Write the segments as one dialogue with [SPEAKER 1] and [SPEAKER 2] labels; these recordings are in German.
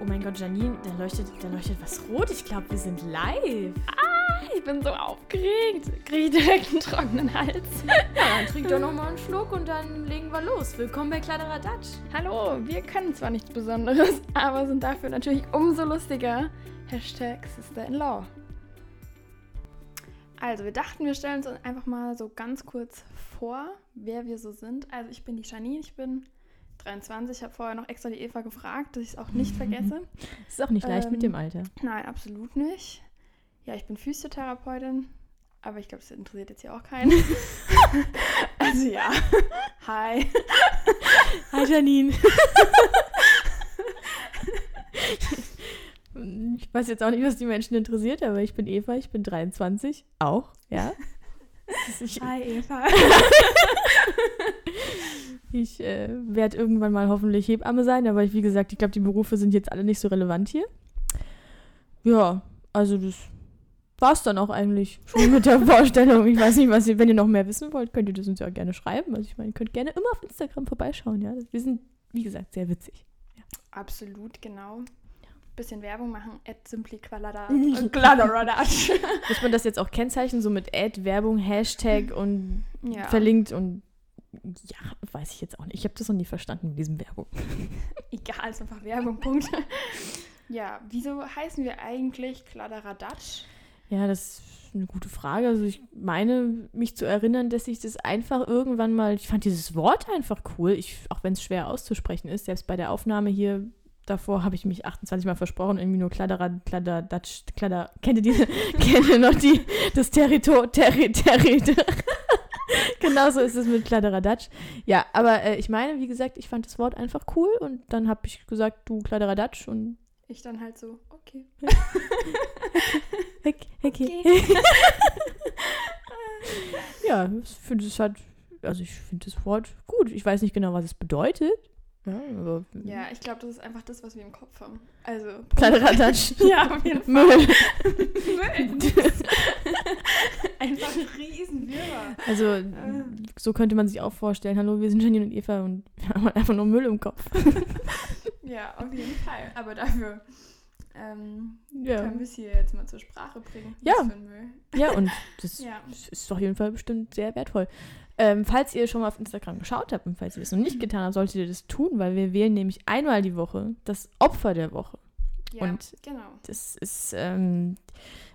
[SPEAKER 1] Oh Gott, Janine, da leuchtet, da leuchtet was rot. Ich glaube, wir sind live.
[SPEAKER 2] Ich bin so aufgeregt. Kriege ich direkt einen trockenen Hals.
[SPEAKER 1] Ja, dann trink doch nochmal einen Schluck und dann legen wir los. Willkommen bei Kleinerer Datsch.
[SPEAKER 2] Hallo, wir können zwar nichts Besonderes, aber sind dafür natürlich umso lustiger. Hashtag Sister-in-Law. Also, wir dachten, wir stellen uns einfach mal so ganz kurz vor, wer wir so sind. Also, ich bin die Janine, ich bin 23. Ich habe vorher noch extra die Eva gefragt, dass ich es auch nicht vergesse.
[SPEAKER 1] Ist auch nicht
[SPEAKER 2] leicht mit dem
[SPEAKER 1] Alter.
[SPEAKER 2] Nein, absolut nicht. Ja, ich bin Physiotherapeutin, aber ich glaube, das interessiert jetzt hier auch keinen. also ja. Hi.
[SPEAKER 1] Hi, Janine. ich weiß jetzt auch nicht, was die Menschen interessiert, aber ich bin Eva, ich bin 23. Auch, ja. Ich,
[SPEAKER 2] Hi Eva.
[SPEAKER 1] ich äh, werde irgendwann mal hoffentlich Hebamme sein, aber ich, wie gesagt, ich glaube, die Berufe sind jetzt alle nicht so relevant hier. Ja, also das war's dann auch eigentlich schon mit der Vorstellung. Ich weiß nicht, was ihr, wenn ihr noch mehr wissen wollt, könnt ihr das uns ja gerne schreiben. Also ich meine, ihr könnt gerne immer auf Instagram vorbeischauen, ja. Wir sind, wie gesagt, sehr witzig.
[SPEAKER 2] Absolut, genau. Bisschen Werbung machen, at simply äh,
[SPEAKER 1] Muss man das jetzt auch kennzeichnen, so mit Ad, Werbung, Hashtag und
[SPEAKER 2] Ja.
[SPEAKER 1] verlinkt und ja, weiß ich jetzt auch nicht. Ich habe das noch nie verstanden mit diesem Werbung.
[SPEAKER 2] Egal, ist einfach Werbung, Punkt. ja, wieso heißen wir eigentlich Kladderadatsch?
[SPEAKER 1] Ja, das ist eine gute Frage. Also ich meine, mich zu erinnern, dass ich das einfach irgendwann mal, ich fand dieses Wort einfach cool, ich, auch wenn es schwer auszusprechen ist, selbst bei der Aufnahme hier davor habe ich mich 28 Mal versprochen, irgendwie nur Kladderer, Kladder, Datsch, Kladder, kennt ihr diese, kennt ihr noch die, das Territor, Terri, Terri, Genauso ist es mit Kladderadatsch. Ja, aber äh, ich meine, wie gesagt, ich fand das Wort einfach cool und dann habe ich gesagt, du Kladderadatsch und
[SPEAKER 2] Ich dann halt so, okay.
[SPEAKER 1] Okay.
[SPEAKER 2] Okay.
[SPEAKER 1] ja, ich finde es halt, also ich finde das Wort gut. Ich weiß nicht genau, was es bedeutet. Ja, aber
[SPEAKER 2] Ja, ich glaube, das ist einfach das, was wir im Kopf haben. Also,
[SPEAKER 1] Kleiner Radatsch.
[SPEAKER 2] ja, auf jeden Fall.
[SPEAKER 1] Müll.
[SPEAKER 2] Einfach ein Riesenwirrwarr.
[SPEAKER 1] Also
[SPEAKER 2] Ah.
[SPEAKER 1] so könnte man sich auch vorstellen, hallo, wir sind Janine und Eva und wir haben halt einfach nur Müll im Kopf.
[SPEAKER 2] Ja, auf jeden Fall. Aber dafür ähm,
[SPEAKER 1] Ja,
[SPEAKER 2] können wir es hier jetzt mal zur Sprache bringen.
[SPEAKER 1] Ja.
[SPEAKER 2] Was für ein Müll.
[SPEAKER 1] ja und das
[SPEAKER 2] Ja.
[SPEAKER 1] ist auf jeden Fall bestimmt sehr wertvoll. Ähm, falls ihr schon mal auf Instagram geschaut habt und falls ihr das noch nicht
[SPEAKER 2] Mhm.
[SPEAKER 1] getan habt, solltet ihr das tun, weil wir wählen nämlich einmal die Woche das Opfer der Woche.
[SPEAKER 2] ja
[SPEAKER 1] Und-
[SPEAKER 2] genau.
[SPEAKER 1] Das ist ähm,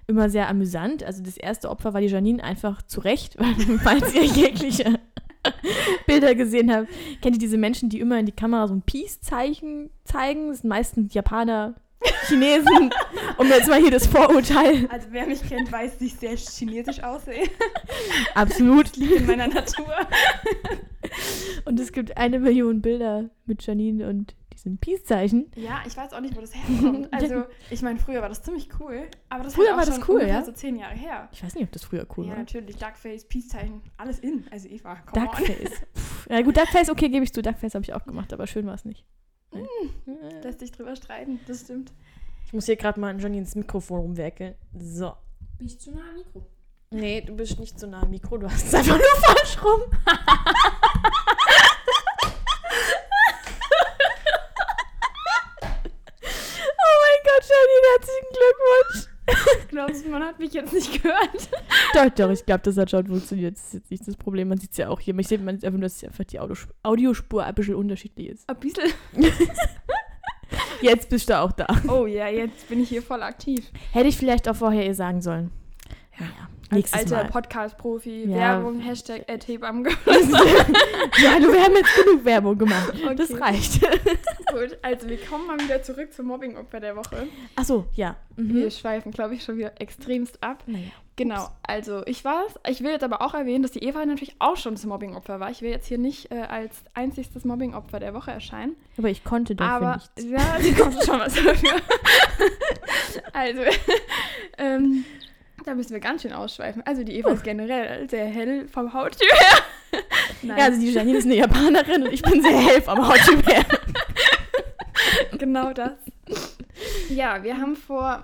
[SPEAKER 1] immer sehr amüsant. Also das erste Opfer war die Janine einfach zurecht, weil falls ihr jegliche Bilder gesehen habt. Kennt ihr diese Menschen, die immer in die Kamera so ein Peace-Zeichen zeigen? Das sind meistens Japaner, Chinesen, um jetzt mal hier das Vorurteil.
[SPEAKER 2] Also wer mich kennt, weiß, dass ich sehr chinesisch aussehe.
[SPEAKER 1] Absolut.
[SPEAKER 2] In meiner Natur.
[SPEAKER 1] Und es gibt eine Million Bilder mit Janine und diesen Peace-Zeichen.
[SPEAKER 2] Ja, ich weiß auch nicht, wo das herkommt. Also, ich meine, früher war das ziemlich cool. Aber das ist
[SPEAKER 1] Früher
[SPEAKER 2] halt auch
[SPEAKER 1] war das
[SPEAKER 2] schon
[SPEAKER 1] cool,
[SPEAKER 2] ungefähr
[SPEAKER 1] ja?
[SPEAKER 2] so zehn Jahre her.
[SPEAKER 1] Ich weiß nicht, ob das früher cool
[SPEAKER 2] ja,
[SPEAKER 1] war.
[SPEAKER 2] natürlich. Duckface, Peace-Zeichen, alles in. Also Eva, come on.
[SPEAKER 1] Duckface. Pff, Ja gut, Duckface, okay, gebe ich zu. Duckface habe ich auch gemacht, aber schön war es nicht.
[SPEAKER 2] Mm.
[SPEAKER 1] Äh.
[SPEAKER 2] Lässt dich drüber streiten, das stimmt.
[SPEAKER 1] Ich muss hier gerade mal an Johnny ins Mikrofon rumwerkeln. So.
[SPEAKER 2] Bin ich zu nah am Mikro?
[SPEAKER 1] Nee, du bist nicht so nah am Mikro, du hast es einfach nur falsch rum. oh mein Gott, Johnny, herzlichen Glückwunsch.
[SPEAKER 2] Glaubst du, man hat mich jetzt nicht gehört?
[SPEAKER 1] Doch, doch, ich glaube, das hat schon funktioniert. Das ist jetzt nicht das Problem. Man sieht es ja auch hier. Man sieht man sieht's einfach nur, dass einfach die Audiosp- Audiospur ein bisschen unterschiedlich ist.
[SPEAKER 2] Ein bisschen.
[SPEAKER 1] Jetzt bist du auch da.
[SPEAKER 2] Oh ja, jetzt bin ich hier voll aktiv.
[SPEAKER 1] Hätte ich vielleicht auch vorher ihr sagen sollen. Ja,
[SPEAKER 2] Als
[SPEAKER 1] nächstes
[SPEAKER 2] alter
[SPEAKER 1] Mal.
[SPEAKER 2] Podcast-Profi,
[SPEAKER 1] Ja.
[SPEAKER 2] Werbung, Hashtag, at Hebammen
[SPEAKER 1] ja, du, wir haben jetzt genug Werbung gemacht. Das
[SPEAKER 2] Okay.
[SPEAKER 1] reicht.
[SPEAKER 2] Gut, also wir kommen mal wieder zurück zum Mobbing-Opfer der Woche. Hm?
[SPEAKER 1] Ach so, ja.
[SPEAKER 2] Wir
[SPEAKER 1] Mhm.
[SPEAKER 2] schweifen, glaube ich, schon wieder extremst ab.
[SPEAKER 1] Naja.
[SPEAKER 2] Genau, also ich weiß, ich will jetzt aber auch erwähnen, dass die Eva natürlich auch schon das Mobbing-Opfer war. Ich will jetzt hier nicht äh, als einzigstes Mobbing-Opfer der Woche erscheinen.
[SPEAKER 1] Aber ich konnte dafür
[SPEAKER 2] aber
[SPEAKER 1] nichts.
[SPEAKER 2] ja, sie konnte schon was dafür. also, ähm, da müssen wir ganz schön ausschweifen. Also die Eva ist generell sehr hell vom Hauttyp her. Nein,
[SPEAKER 1] Ja, also die Janine ist eine Japanerin und ich bin sehr helf, aber heute mehr.
[SPEAKER 2] genau das. Ja, wir haben vor,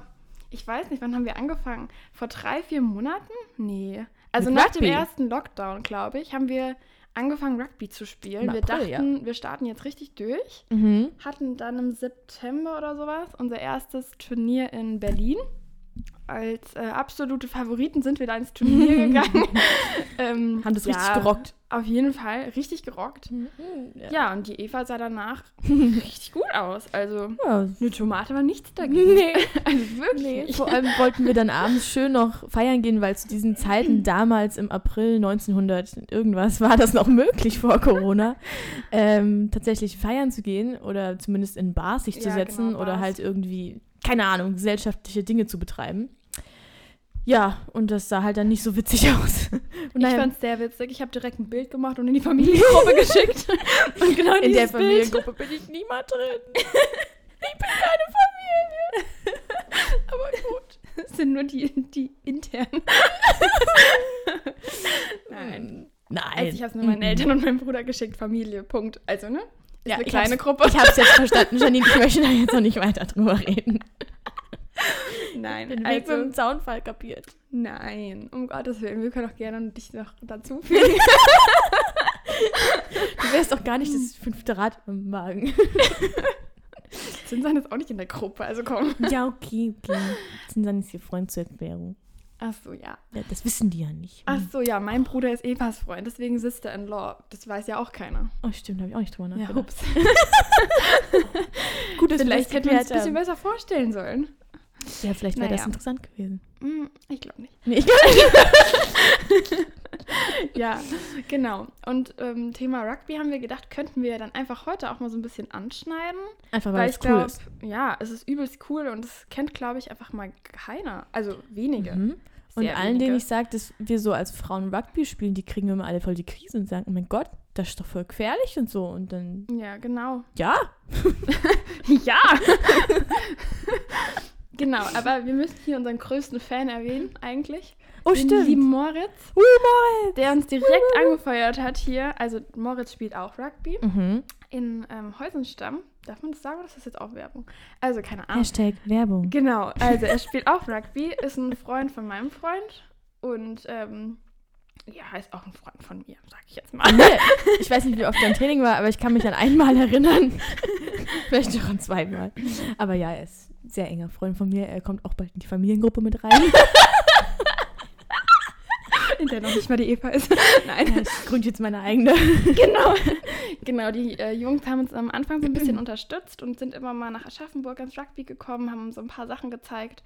[SPEAKER 2] ich weiß nicht, wann haben wir angefangen? Vor drei, vier Monaten? Nee. Also
[SPEAKER 1] Mit
[SPEAKER 2] nach dem
[SPEAKER 1] Rugby?
[SPEAKER 2] ersten Lockdown, glaube ich, haben wir angefangen, Rugby zu spielen.
[SPEAKER 1] Im
[SPEAKER 2] wir
[SPEAKER 1] April,
[SPEAKER 2] dachten, wir starten jetzt richtig durch.
[SPEAKER 1] Mhm.
[SPEAKER 2] Hatten dann im September oder sowas unser erstes Turnier in Berlin. Als äh, absolute Favoriten sind wir da ins Turnier gegangen. ähm,
[SPEAKER 1] Haben das richtig
[SPEAKER 2] ja,
[SPEAKER 1] gerockt.
[SPEAKER 2] Auf jeden Fall, richtig gerockt. Ja.
[SPEAKER 1] Ja.
[SPEAKER 2] und die Eva sah danach richtig gut aus. Also
[SPEAKER 1] ja.
[SPEAKER 2] eine Tomate war nichts dagegen.
[SPEAKER 1] Nee.
[SPEAKER 2] Also wirklich.
[SPEAKER 1] Nee, vor allem wollten wir dann abends schön noch feiern gehen, weil zu diesen Zeiten damals im April 1900 irgendwas war das noch möglich vor Corona, ähm, tatsächlich feiern zu gehen oder zumindest in Bars sich zu
[SPEAKER 2] Ja,
[SPEAKER 1] setzen
[SPEAKER 2] genau,
[SPEAKER 1] oder
[SPEAKER 2] Bars.
[SPEAKER 1] halt irgendwie, keine Ahnung, gesellschaftliche Dinge zu betreiben. Ja, und das sah halt dann nicht so witzig aus. Und
[SPEAKER 2] Ich
[SPEAKER 1] daher-
[SPEAKER 2] fand's sehr witzig. Ich habe direkt ein Bild gemacht und in die Familiengruppe geschickt. Und genau
[SPEAKER 1] in der
[SPEAKER 2] dieses Bild.
[SPEAKER 1] Familiengruppe bin ich niemand drin.
[SPEAKER 2] Aber gut, es sind nur die, die internen. Nein.
[SPEAKER 1] Nein.
[SPEAKER 2] Also ich habe es nur meinen
[SPEAKER 1] Mhm.
[SPEAKER 2] Eltern und meinem Bruder geschickt. Familie, Punkt. Also, ne? Ist
[SPEAKER 1] Ja,
[SPEAKER 2] eine
[SPEAKER 1] ich
[SPEAKER 2] kleine
[SPEAKER 1] hab's-
[SPEAKER 2] Gruppe.
[SPEAKER 1] Ich hab's jetzt verstanden, Janine. Ich möchte da jetzt noch nicht weiter drüber reden.
[SPEAKER 2] Nein, also,
[SPEAKER 1] Zaunfall kapiert.
[SPEAKER 2] nein. Um Gottes Willen, wir können auch gerne dich noch dazu fügen.
[SPEAKER 1] Du wärst doch gar nicht das fünfte Rad im Wagen.
[SPEAKER 2] Zinsan ist auch nicht in der Gruppe, also komm.
[SPEAKER 1] Ja, okay, okay. Zinsan ist ihr Freund zur Erklärung.
[SPEAKER 2] Ach so, ja.
[SPEAKER 1] Ja, Mhm. das wissen die ja nicht.
[SPEAKER 2] Ach so, ja, mein Bruder ist Evas Freund, deswegen Sister in Law. Das weiß ja auch keiner.
[SPEAKER 1] Oh, stimmt, habe ich auch nicht drüber
[SPEAKER 2] Ja,
[SPEAKER 1] nachgedacht.
[SPEAKER 2] ups.
[SPEAKER 1] gut, dass wir
[SPEAKER 2] Vielleicht
[SPEAKER 1] das
[SPEAKER 2] hätten wir uns ein
[SPEAKER 1] geklärt
[SPEAKER 2] bisschen besser vorstellen sollen.
[SPEAKER 1] haben. Ja, vielleicht wäre das
[SPEAKER 2] Naja.
[SPEAKER 1] interessant gewesen.
[SPEAKER 2] Hm, Ich glaube nicht.
[SPEAKER 1] Nee, ich glaube
[SPEAKER 2] Ja, genau. Und ähm, Thema Rugby haben wir gedacht, könnten wir dann einfach heute auch mal so ein bisschen anschneiden.
[SPEAKER 1] Einfach,
[SPEAKER 2] Weil,
[SPEAKER 1] weil
[SPEAKER 2] ich
[SPEAKER 1] es cool
[SPEAKER 2] glaube,
[SPEAKER 1] ist.
[SPEAKER 2] ja, es ist übelst cool und es kennt, glaube ich, einfach mal keiner. Also wenige.
[SPEAKER 1] Mhm. Und
[SPEAKER 2] Sehr
[SPEAKER 1] allen, denen
[SPEAKER 2] wenige.
[SPEAKER 1] ich sage, dass wir so als Frauen Rugby spielen, die kriegen immer alle voll die Krise und sagen, oh mein Gott, das ist doch voll gefährlich und so. Und dann,
[SPEAKER 2] Ja, genau.
[SPEAKER 1] ja,
[SPEAKER 2] Ja! genau, aber wir müssen hier unseren größten Fan erwähnen, eigentlich.
[SPEAKER 1] oh
[SPEAKER 2] Den
[SPEAKER 1] stimmt.
[SPEAKER 2] lieben Moritz,
[SPEAKER 1] Uh, Moritz.
[SPEAKER 2] der uns direkt angefeuert hat hier. Also Moritz spielt auch Rugby
[SPEAKER 1] Mhm.
[SPEAKER 2] in ähm, Heusenstamm. Darf man das sagen oder ist das jetzt auch Werbung? Also keine Ahnung.
[SPEAKER 1] Hashtag Werbung.
[SPEAKER 2] Genau, also er spielt auch Rugby, ist ein Freund von meinem Freund und ähm, ja, ist auch ein Freund von mir, sag ich jetzt mal.
[SPEAKER 1] Nee, ich weiß nicht, wie oft dein Training war, aber ich kann mich an einmal erinnern. Vielleicht auch an zweimal. Aber ja, er ist ein sehr enger Freund von mir. Er kommt auch bald in die Familiengruppe mit rein.
[SPEAKER 2] In der noch nicht mal die Eva ist. Nein.
[SPEAKER 1] Ja, ich gründe jetzt meine eigene.
[SPEAKER 2] Genau. Genau, die äh, Jungs haben uns am Anfang so ein bisschen unterstützt und sind immer mal nach Aschaffenburg ans Rugby gekommen, haben uns so ein paar Sachen gezeigt.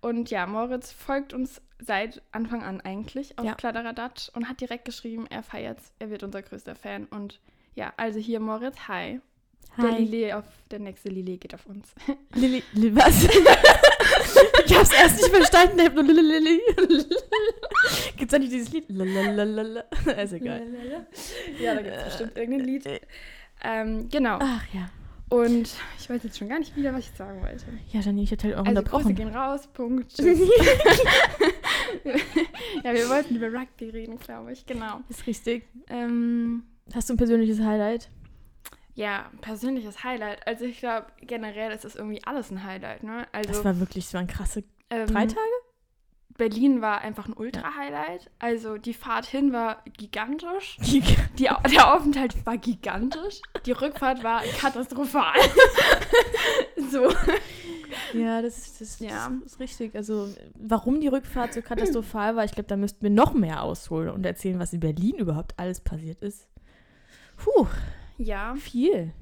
[SPEAKER 2] Und ja, Moritz folgt uns seit Anfang an eigentlich auf
[SPEAKER 1] Ja.
[SPEAKER 2] Kladderadatsch und hat direkt geschrieben, er feiert's, er wird unser größter Fan. Und ja, also hier Moritz, hi. Der Lillet auf der nächste Lillet geht auf uns.
[SPEAKER 1] Lilly. Li, was? ich hab's erst nicht verstanden. Ich hab nur Lilly, Lilly. Gibt's da nicht dieses Lied? Lalalala. Ist egal.
[SPEAKER 2] Lalalala. Ja, da gibt es
[SPEAKER 1] Äh, Ah.
[SPEAKER 2] bestimmt irgendein Lied. Ähm, genau.
[SPEAKER 1] Ach ja.
[SPEAKER 2] Und ich weiß jetzt schon gar nicht wieder, was ich sagen wollte.
[SPEAKER 1] Ja, Janine, ich hätte halt auch
[SPEAKER 2] Also Grüße
[SPEAKER 1] unterbrochen.
[SPEAKER 2] gehen raus, Punkt. Tschüss. ja, wir wollten über Rugby reden, glaube ich. Genau.
[SPEAKER 1] Ist richtig.
[SPEAKER 2] Ähm,
[SPEAKER 1] Hast du ein persönliches Highlight?
[SPEAKER 2] ja, persönliches Highlight. Also ich glaube, generell ist das irgendwie alles ein Highlight. Ne? Also,
[SPEAKER 1] Das war wirklich, das waren krasse
[SPEAKER 2] ähm,
[SPEAKER 1] drei Tage.
[SPEAKER 2] Berlin war einfach ein Ultra-Highlight. Also die Fahrt hin war gigantisch.
[SPEAKER 1] Giga.
[SPEAKER 2] Die, Au- der Aufenthalt war gigantisch. Die Rückfahrt war katastrophal. so.
[SPEAKER 1] Ja, das, ist- das,
[SPEAKER 2] Ja.
[SPEAKER 1] das ist richtig. Also, warum die Rückfahrt so katastrophal war, ich glaube, da müssten wir noch mehr ausholen und erzählen, was in Berlin überhaupt alles passiert ist. Puh,
[SPEAKER 2] Ja,
[SPEAKER 1] viel,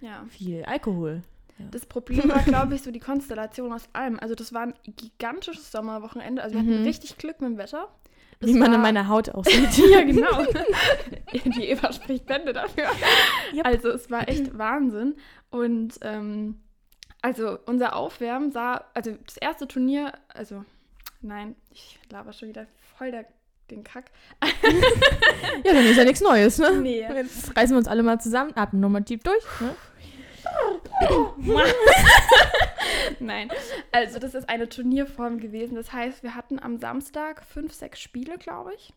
[SPEAKER 2] ja.
[SPEAKER 1] viel Alkohol.
[SPEAKER 2] Das Problem war, glaube ich, so die Konstellation aus allem. Also das war ein gigantisches Sommerwochenende. Also wir hatten
[SPEAKER 1] Mhm.
[SPEAKER 2] richtig Glück mit dem Wetter.
[SPEAKER 1] wie man in
[SPEAKER 2] war-
[SPEAKER 1] meiner Haut aussieht.
[SPEAKER 2] Ja, genau. Die Eva spricht Bände dafür.
[SPEAKER 1] Yep.
[SPEAKER 2] Also es war echt Wahnsinn. Und ähm, also unser Aufwärmen sah, also das erste Turnier, also nein, ich laber schon wieder voll der, den Kack.
[SPEAKER 1] ja, dann ist ja nichts Neues, ne?
[SPEAKER 2] Nee.
[SPEAKER 1] Jetzt reißen wir uns alle mal zusammen, atmen nochmal tief durch. Ne?
[SPEAKER 2] Nein, also das ist eine Turnierform gewesen. Das heißt, wir hatten am Samstag fünf, sechs Spiele, glaube ich.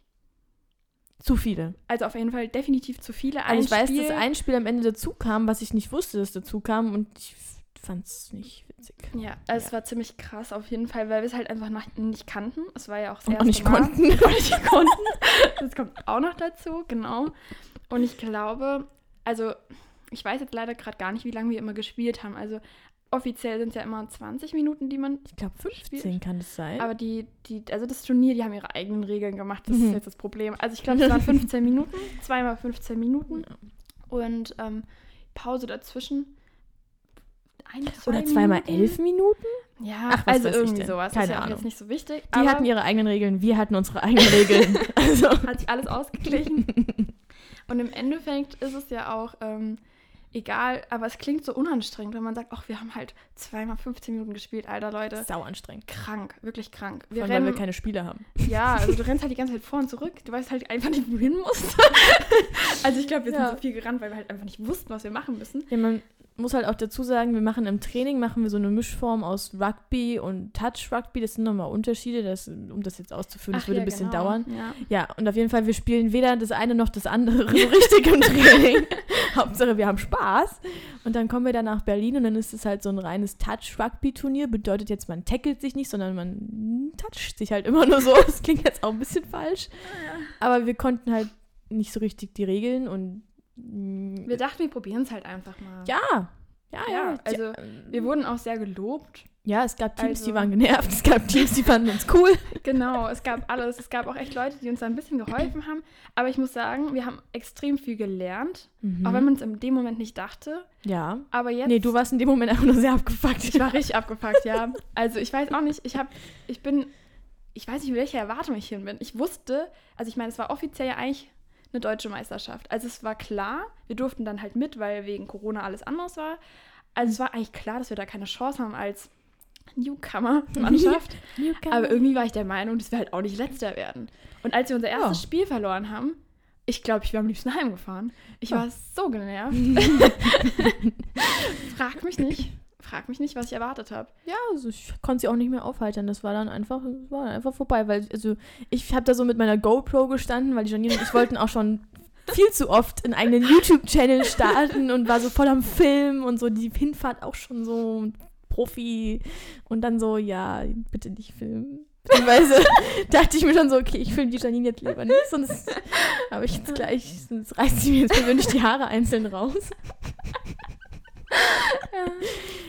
[SPEAKER 1] Zu viele.
[SPEAKER 2] Also auf jeden Fall definitiv zu viele.
[SPEAKER 1] Also, ich weiß,
[SPEAKER 2] Spiel,
[SPEAKER 1] dass ein Spiel am Ende dazu kam, was ich nicht wusste, dass dazu kam und ich fand's nicht witzig.
[SPEAKER 2] Ja, also es war ziemlich krass auf jeden Fall, weil wir es halt einfach noch nicht kannten. Es war ja auch das
[SPEAKER 1] Und
[SPEAKER 2] erste
[SPEAKER 1] auch nicht
[SPEAKER 2] Mal.
[SPEAKER 1] konnten.
[SPEAKER 2] Und nicht konnten. Das kommt auch noch dazu, genau. Und ich glaube, also ich weiß jetzt leider gerade gar nicht, wie lange wir immer gespielt haben. Also offiziell sind es ja immer 20 Minuten, die man.
[SPEAKER 1] Ich glaube, 15
[SPEAKER 2] Spielt.
[SPEAKER 1] kann es sein.
[SPEAKER 2] Aber die, die, also das Turnier, die haben ihre eigenen Regeln gemacht. Das
[SPEAKER 1] Mhm.
[SPEAKER 2] ist jetzt das Problem. Also ich glaube, es waren 15 Minuten, zweimal 15 Minuten und ähm, Pause dazwischen. Ein, zwei
[SPEAKER 1] Oder zweimal
[SPEAKER 2] Minuten.
[SPEAKER 1] elf Minuten?
[SPEAKER 2] Ja,
[SPEAKER 1] Ach, was
[SPEAKER 2] also
[SPEAKER 1] weiß ich
[SPEAKER 2] irgendwie
[SPEAKER 1] denn.
[SPEAKER 2] sowas.
[SPEAKER 1] Keine
[SPEAKER 2] ist ja auch
[SPEAKER 1] Ahnung.
[SPEAKER 2] jetzt nicht so wichtig.
[SPEAKER 1] Die
[SPEAKER 2] aber
[SPEAKER 1] hatten ihre eigenen Regeln, wir hatten unsere eigenen Regeln. also,
[SPEAKER 2] hat sich alles ausgeglichen. Und im Endeffekt ist es ja auch ähm, egal, aber es klingt so unanstrengend, wenn man sagt, ach, wir haben halt zweimal 15 Minuten gespielt, alter Leute.
[SPEAKER 1] sau anstrengend.
[SPEAKER 2] Krank, wirklich krank.
[SPEAKER 1] Vor
[SPEAKER 2] Wir
[SPEAKER 1] allem, weil wir
[SPEAKER 2] rennen,
[SPEAKER 1] keine Spieler haben.
[SPEAKER 2] ja, also du rennst halt die ganze Zeit vor und zurück. Du weißt halt einfach nicht, wo du hin musst. also ich glaube, wir sind
[SPEAKER 1] Ja.
[SPEAKER 2] so viel gerannt, weil wir halt einfach nicht wussten, was wir machen müssen.
[SPEAKER 1] Ja, man muss halt auch dazu sagen, wir machen im Training machen wir so eine Mischform aus Rugby und Touch Rugby. Das sind nochmal Unterschiede, das, um das jetzt auszuführen, das
[SPEAKER 2] Ach
[SPEAKER 1] würde
[SPEAKER 2] ja,
[SPEAKER 1] ein bisschen
[SPEAKER 2] genau.
[SPEAKER 1] dauern.
[SPEAKER 2] Ja.
[SPEAKER 1] Ja, und auf jeden Fall, wir spielen weder das eine noch das andere so richtig im Training. Hauptsache, wir haben Spaß. Und dann kommen wir dann nach Berlin und dann ist es halt so ein reines Touch-Rugby-Turnier. Bedeutet jetzt, man tackelt sich nicht, sondern man toucht sich halt immer nur so. Das klingt jetzt auch ein bisschen falsch. Aber wir konnten halt nicht so richtig die Regeln und. mm,
[SPEAKER 2] Wir dachten, wir probieren es halt einfach mal.
[SPEAKER 1] ja, ja, ja.
[SPEAKER 2] Ja, also wir wurden auch sehr gelobt.
[SPEAKER 1] ja, es gab Teams, die
[SPEAKER 2] also-
[SPEAKER 1] waren genervt. Es gab Teams, die fanden uns cool.
[SPEAKER 2] Genau, es gab alles. Es gab auch echt Leute, die uns da ein bisschen geholfen haben. Aber ich muss sagen, wir haben extrem viel gelernt, auch wenn man es in dem Moment nicht dachte.
[SPEAKER 1] Ja.
[SPEAKER 2] Aber jetzt.
[SPEAKER 1] Mhm. Nee, du warst in dem Moment einfach nur sehr abgefuckt.
[SPEAKER 2] ich war richtig abgepackt, ja. Also ich weiß auch nicht, ich habe, ich bin, ich weiß nicht, mit welcher Erwartung ich hin bin. Ich wusste, also ich meine, es war offiziell ja eigentlich eine deutsche Meisterschaft. Also es war klar, wir durften dann halt mit, weil wegen Corona alles anders war. Also es war eigentlich klar, dass wir da keine Chance haben als Newcomer-Mannschaft. Aber irgendwie war ich der Meinung, dass wir halt auch nicht Letzter werden. Und als wir unser erstes
[SPEAKER 1] Ja.
[SPEAKER 2] Spiel verloren haben, ich glaube, ich wäre am liebsten heimgefahren. Ich
[SPEAKER 1] Ja.
[SPEAKER 2] war so genervt. frag mich nicht. Frag mich nicht, was ich erwartet habe.
[SPEAKER 1] Ja, also ich konnte sie auch nicht mehr aufheitern. Das war dann einfach, war dann einfach vorbei. Weil, also ich habe da so mit meiner GoPro gestanden, weil die Janine und ich wollten auch schon viel zu oft in eigenen YouTube-Channel starten und war so voll am Film und so die Hinfahrt auch schon so Profi und dann so, ja, bitte nicht filmen. Beziehungsweise dachte ich mir schon so, okay, ich filme die Janine jetzt lieber nicht, sonst habe ich jetzt gleich, sonst reißt sie mir jetzt persönlich die Haare einzeln raus.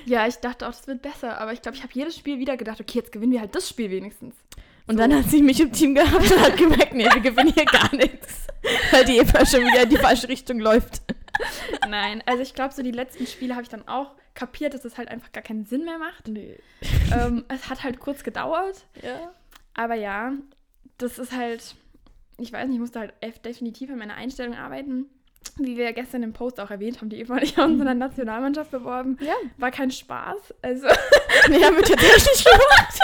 [SPEAKER 2] Ja, ich dachte auch, das wird besser. Aber ich glaube, ich habe jedes Spiel wieder gedacht, okay, jetzt gewinnen wir halt das Spiel wenigstens.
[SPEAKER 1] Und dann hat sie mich im Team gehabt und hat gemerkt, nee, wir gewinnen hier gar nichts. Weil die Eva schon wieder in die falsche Richtung läuft.
[SPEAKER 2] Nein, also ich glaube, so die letzten Spiele habe ich dann auch kapiert, dass es das halt einfach gar keinen Sinn mehr macht.
[SPEAKER 1] Nee.
[SPEAKER 2] ähm, es hat halt kurz gedauert.
[SPEAKER 1] Ja.
[SPEAKER 2] Aber ja, das ist halt, ich weiß nicht, ich musste halt echt definitiv an meiner Einstellung arbeiten. Wie wir ja gestern im Post auch erwähnt haben, die Eva und ich haben uns in der Nationalmannschaft beworben.
[SPEAKER 1] Ja.
[SPEAKER 2] War kein Spaß. Also,
[SPEAKER 1] Nee, haben wir tatsächlich gemacht.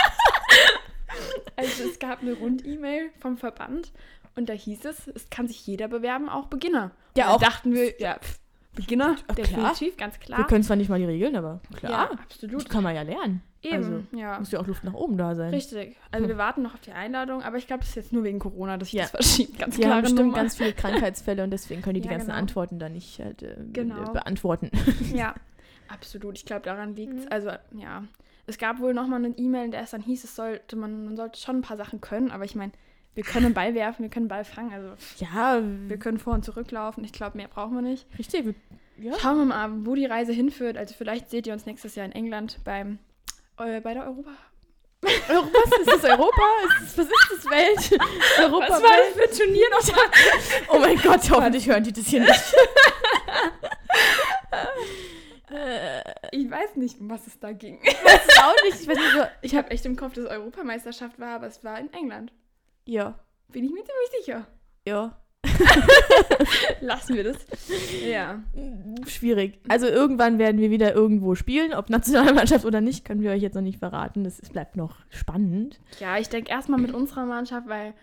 [SPEAKER 2] also es gab eine Rund-E-Mail vom Verband und da hieß es, es kann sich jeder bewerben, auch Beginner. Und
[SPEAKER 1] Ja,
[SPEAKER 2] dann
[SPEAKER 1] auch-
[SPEAKER 2] dachten wir, ja, pff, Beginner,
[SPEAKER 1] Ach, Oh, klar.
[SPEAKER 2] definitiv, ganz klar.
[SPEAKER 1] Wir können zwar nicht mal die Regeln, aber
[SPEAKER 2] ja,
[SPEAKER 1] klar.
[SPEAKER 2] absolut.
[SPEAKER 1] Das kann man ja lernen.
[SPEAKER 2] Eben,
[SPEAKER 1] Also,
[SPEAKER 2] ja.
[SPEAKER 1] muss ja auch Luft nach oben da sein.
[SPEAKER 2] Richtig. Also wir warten noch auf die Einladung, aber ich glaube, das ist jetzt nur wegen Corona, dass ich
[SPEAKER 1] Ja.
[SPEAKER 2] das verschiebt. Ganz
[SPEAKER 1] Die
[SPEAKER 2] klar.
[SPEAKER 1] haben bestimmt ganz viele Krankheitsfälle und deswegen können die die
[SPEAKER 2] Ja,
[SPEAKER 1] ganzen
[SPEAKER 2] genau.
[SPEAKER 1] Antworten da nicht halt, äh,
[SPEAKER 2] Genau.
[SPEAKER 1] beantworten.
[SPEAKER 2] Ja, absolut. Ich glaube, daran liegt es.
[SPEAKER 1] Mhm.
[SPEAKER 2] Also, ja. Es gab wohl nochmal eine E-Mail, in der es dann hieß, es sollte man, man sollte schon ein paar Sachen können, aber ich meine, wir können einen Ball werfen, wir können einen Ball fangen, also
[SPEAKER 1] Ja,
[SPEAKER 2] wir können vor und zurücklaufen. Ich glaube, mehr brauchen wir nicht.
[SPEAKER 1] richtig. wir- Ja.
[SPEAKER 2] Schauen wir mal, wo die Reise hinführt. Also vielleicht seht ihr uns nächstes Jahr in England beim äh, bei der Europa.
[SPEAKER 1] Europa, ist das Europa? Ist das, was ist das Welt? Europa, Welt?
[SPEAKER 2] das für ein Turnier noch da?
[SPEAKER 1] Oh mein Gott, hoffentlich hören die das hier nicht. äh,
[SPEAKER 2] Ich weiß nicht, um was es da ging.
[SPEAKER 1] weiß es auch nicht. Ich weiß nicht, so-
[SPEAKER 2] Ich habe echt im Kopf, dass Europameisterschaft war, aber es war in England.
[SPEAKER 1] ja,
[SPEAKER 2] Bin ich mir ziemlich sicher.
[SPEAKER 1] ja.
[SPEAKER 2] Lassen wir das. Ja.
[SPEAKER 1] Schwierig. Also irgendwann werden wir wieder irgendwo spielen, ob Nationalmannschaft oder nicht, können wir euch jetzt noch nicht verraten. Das ist, bleibt noch spannend.
[SPEAKER 2] Ja, ich denke erstmal mit unserer Mannschaft, weil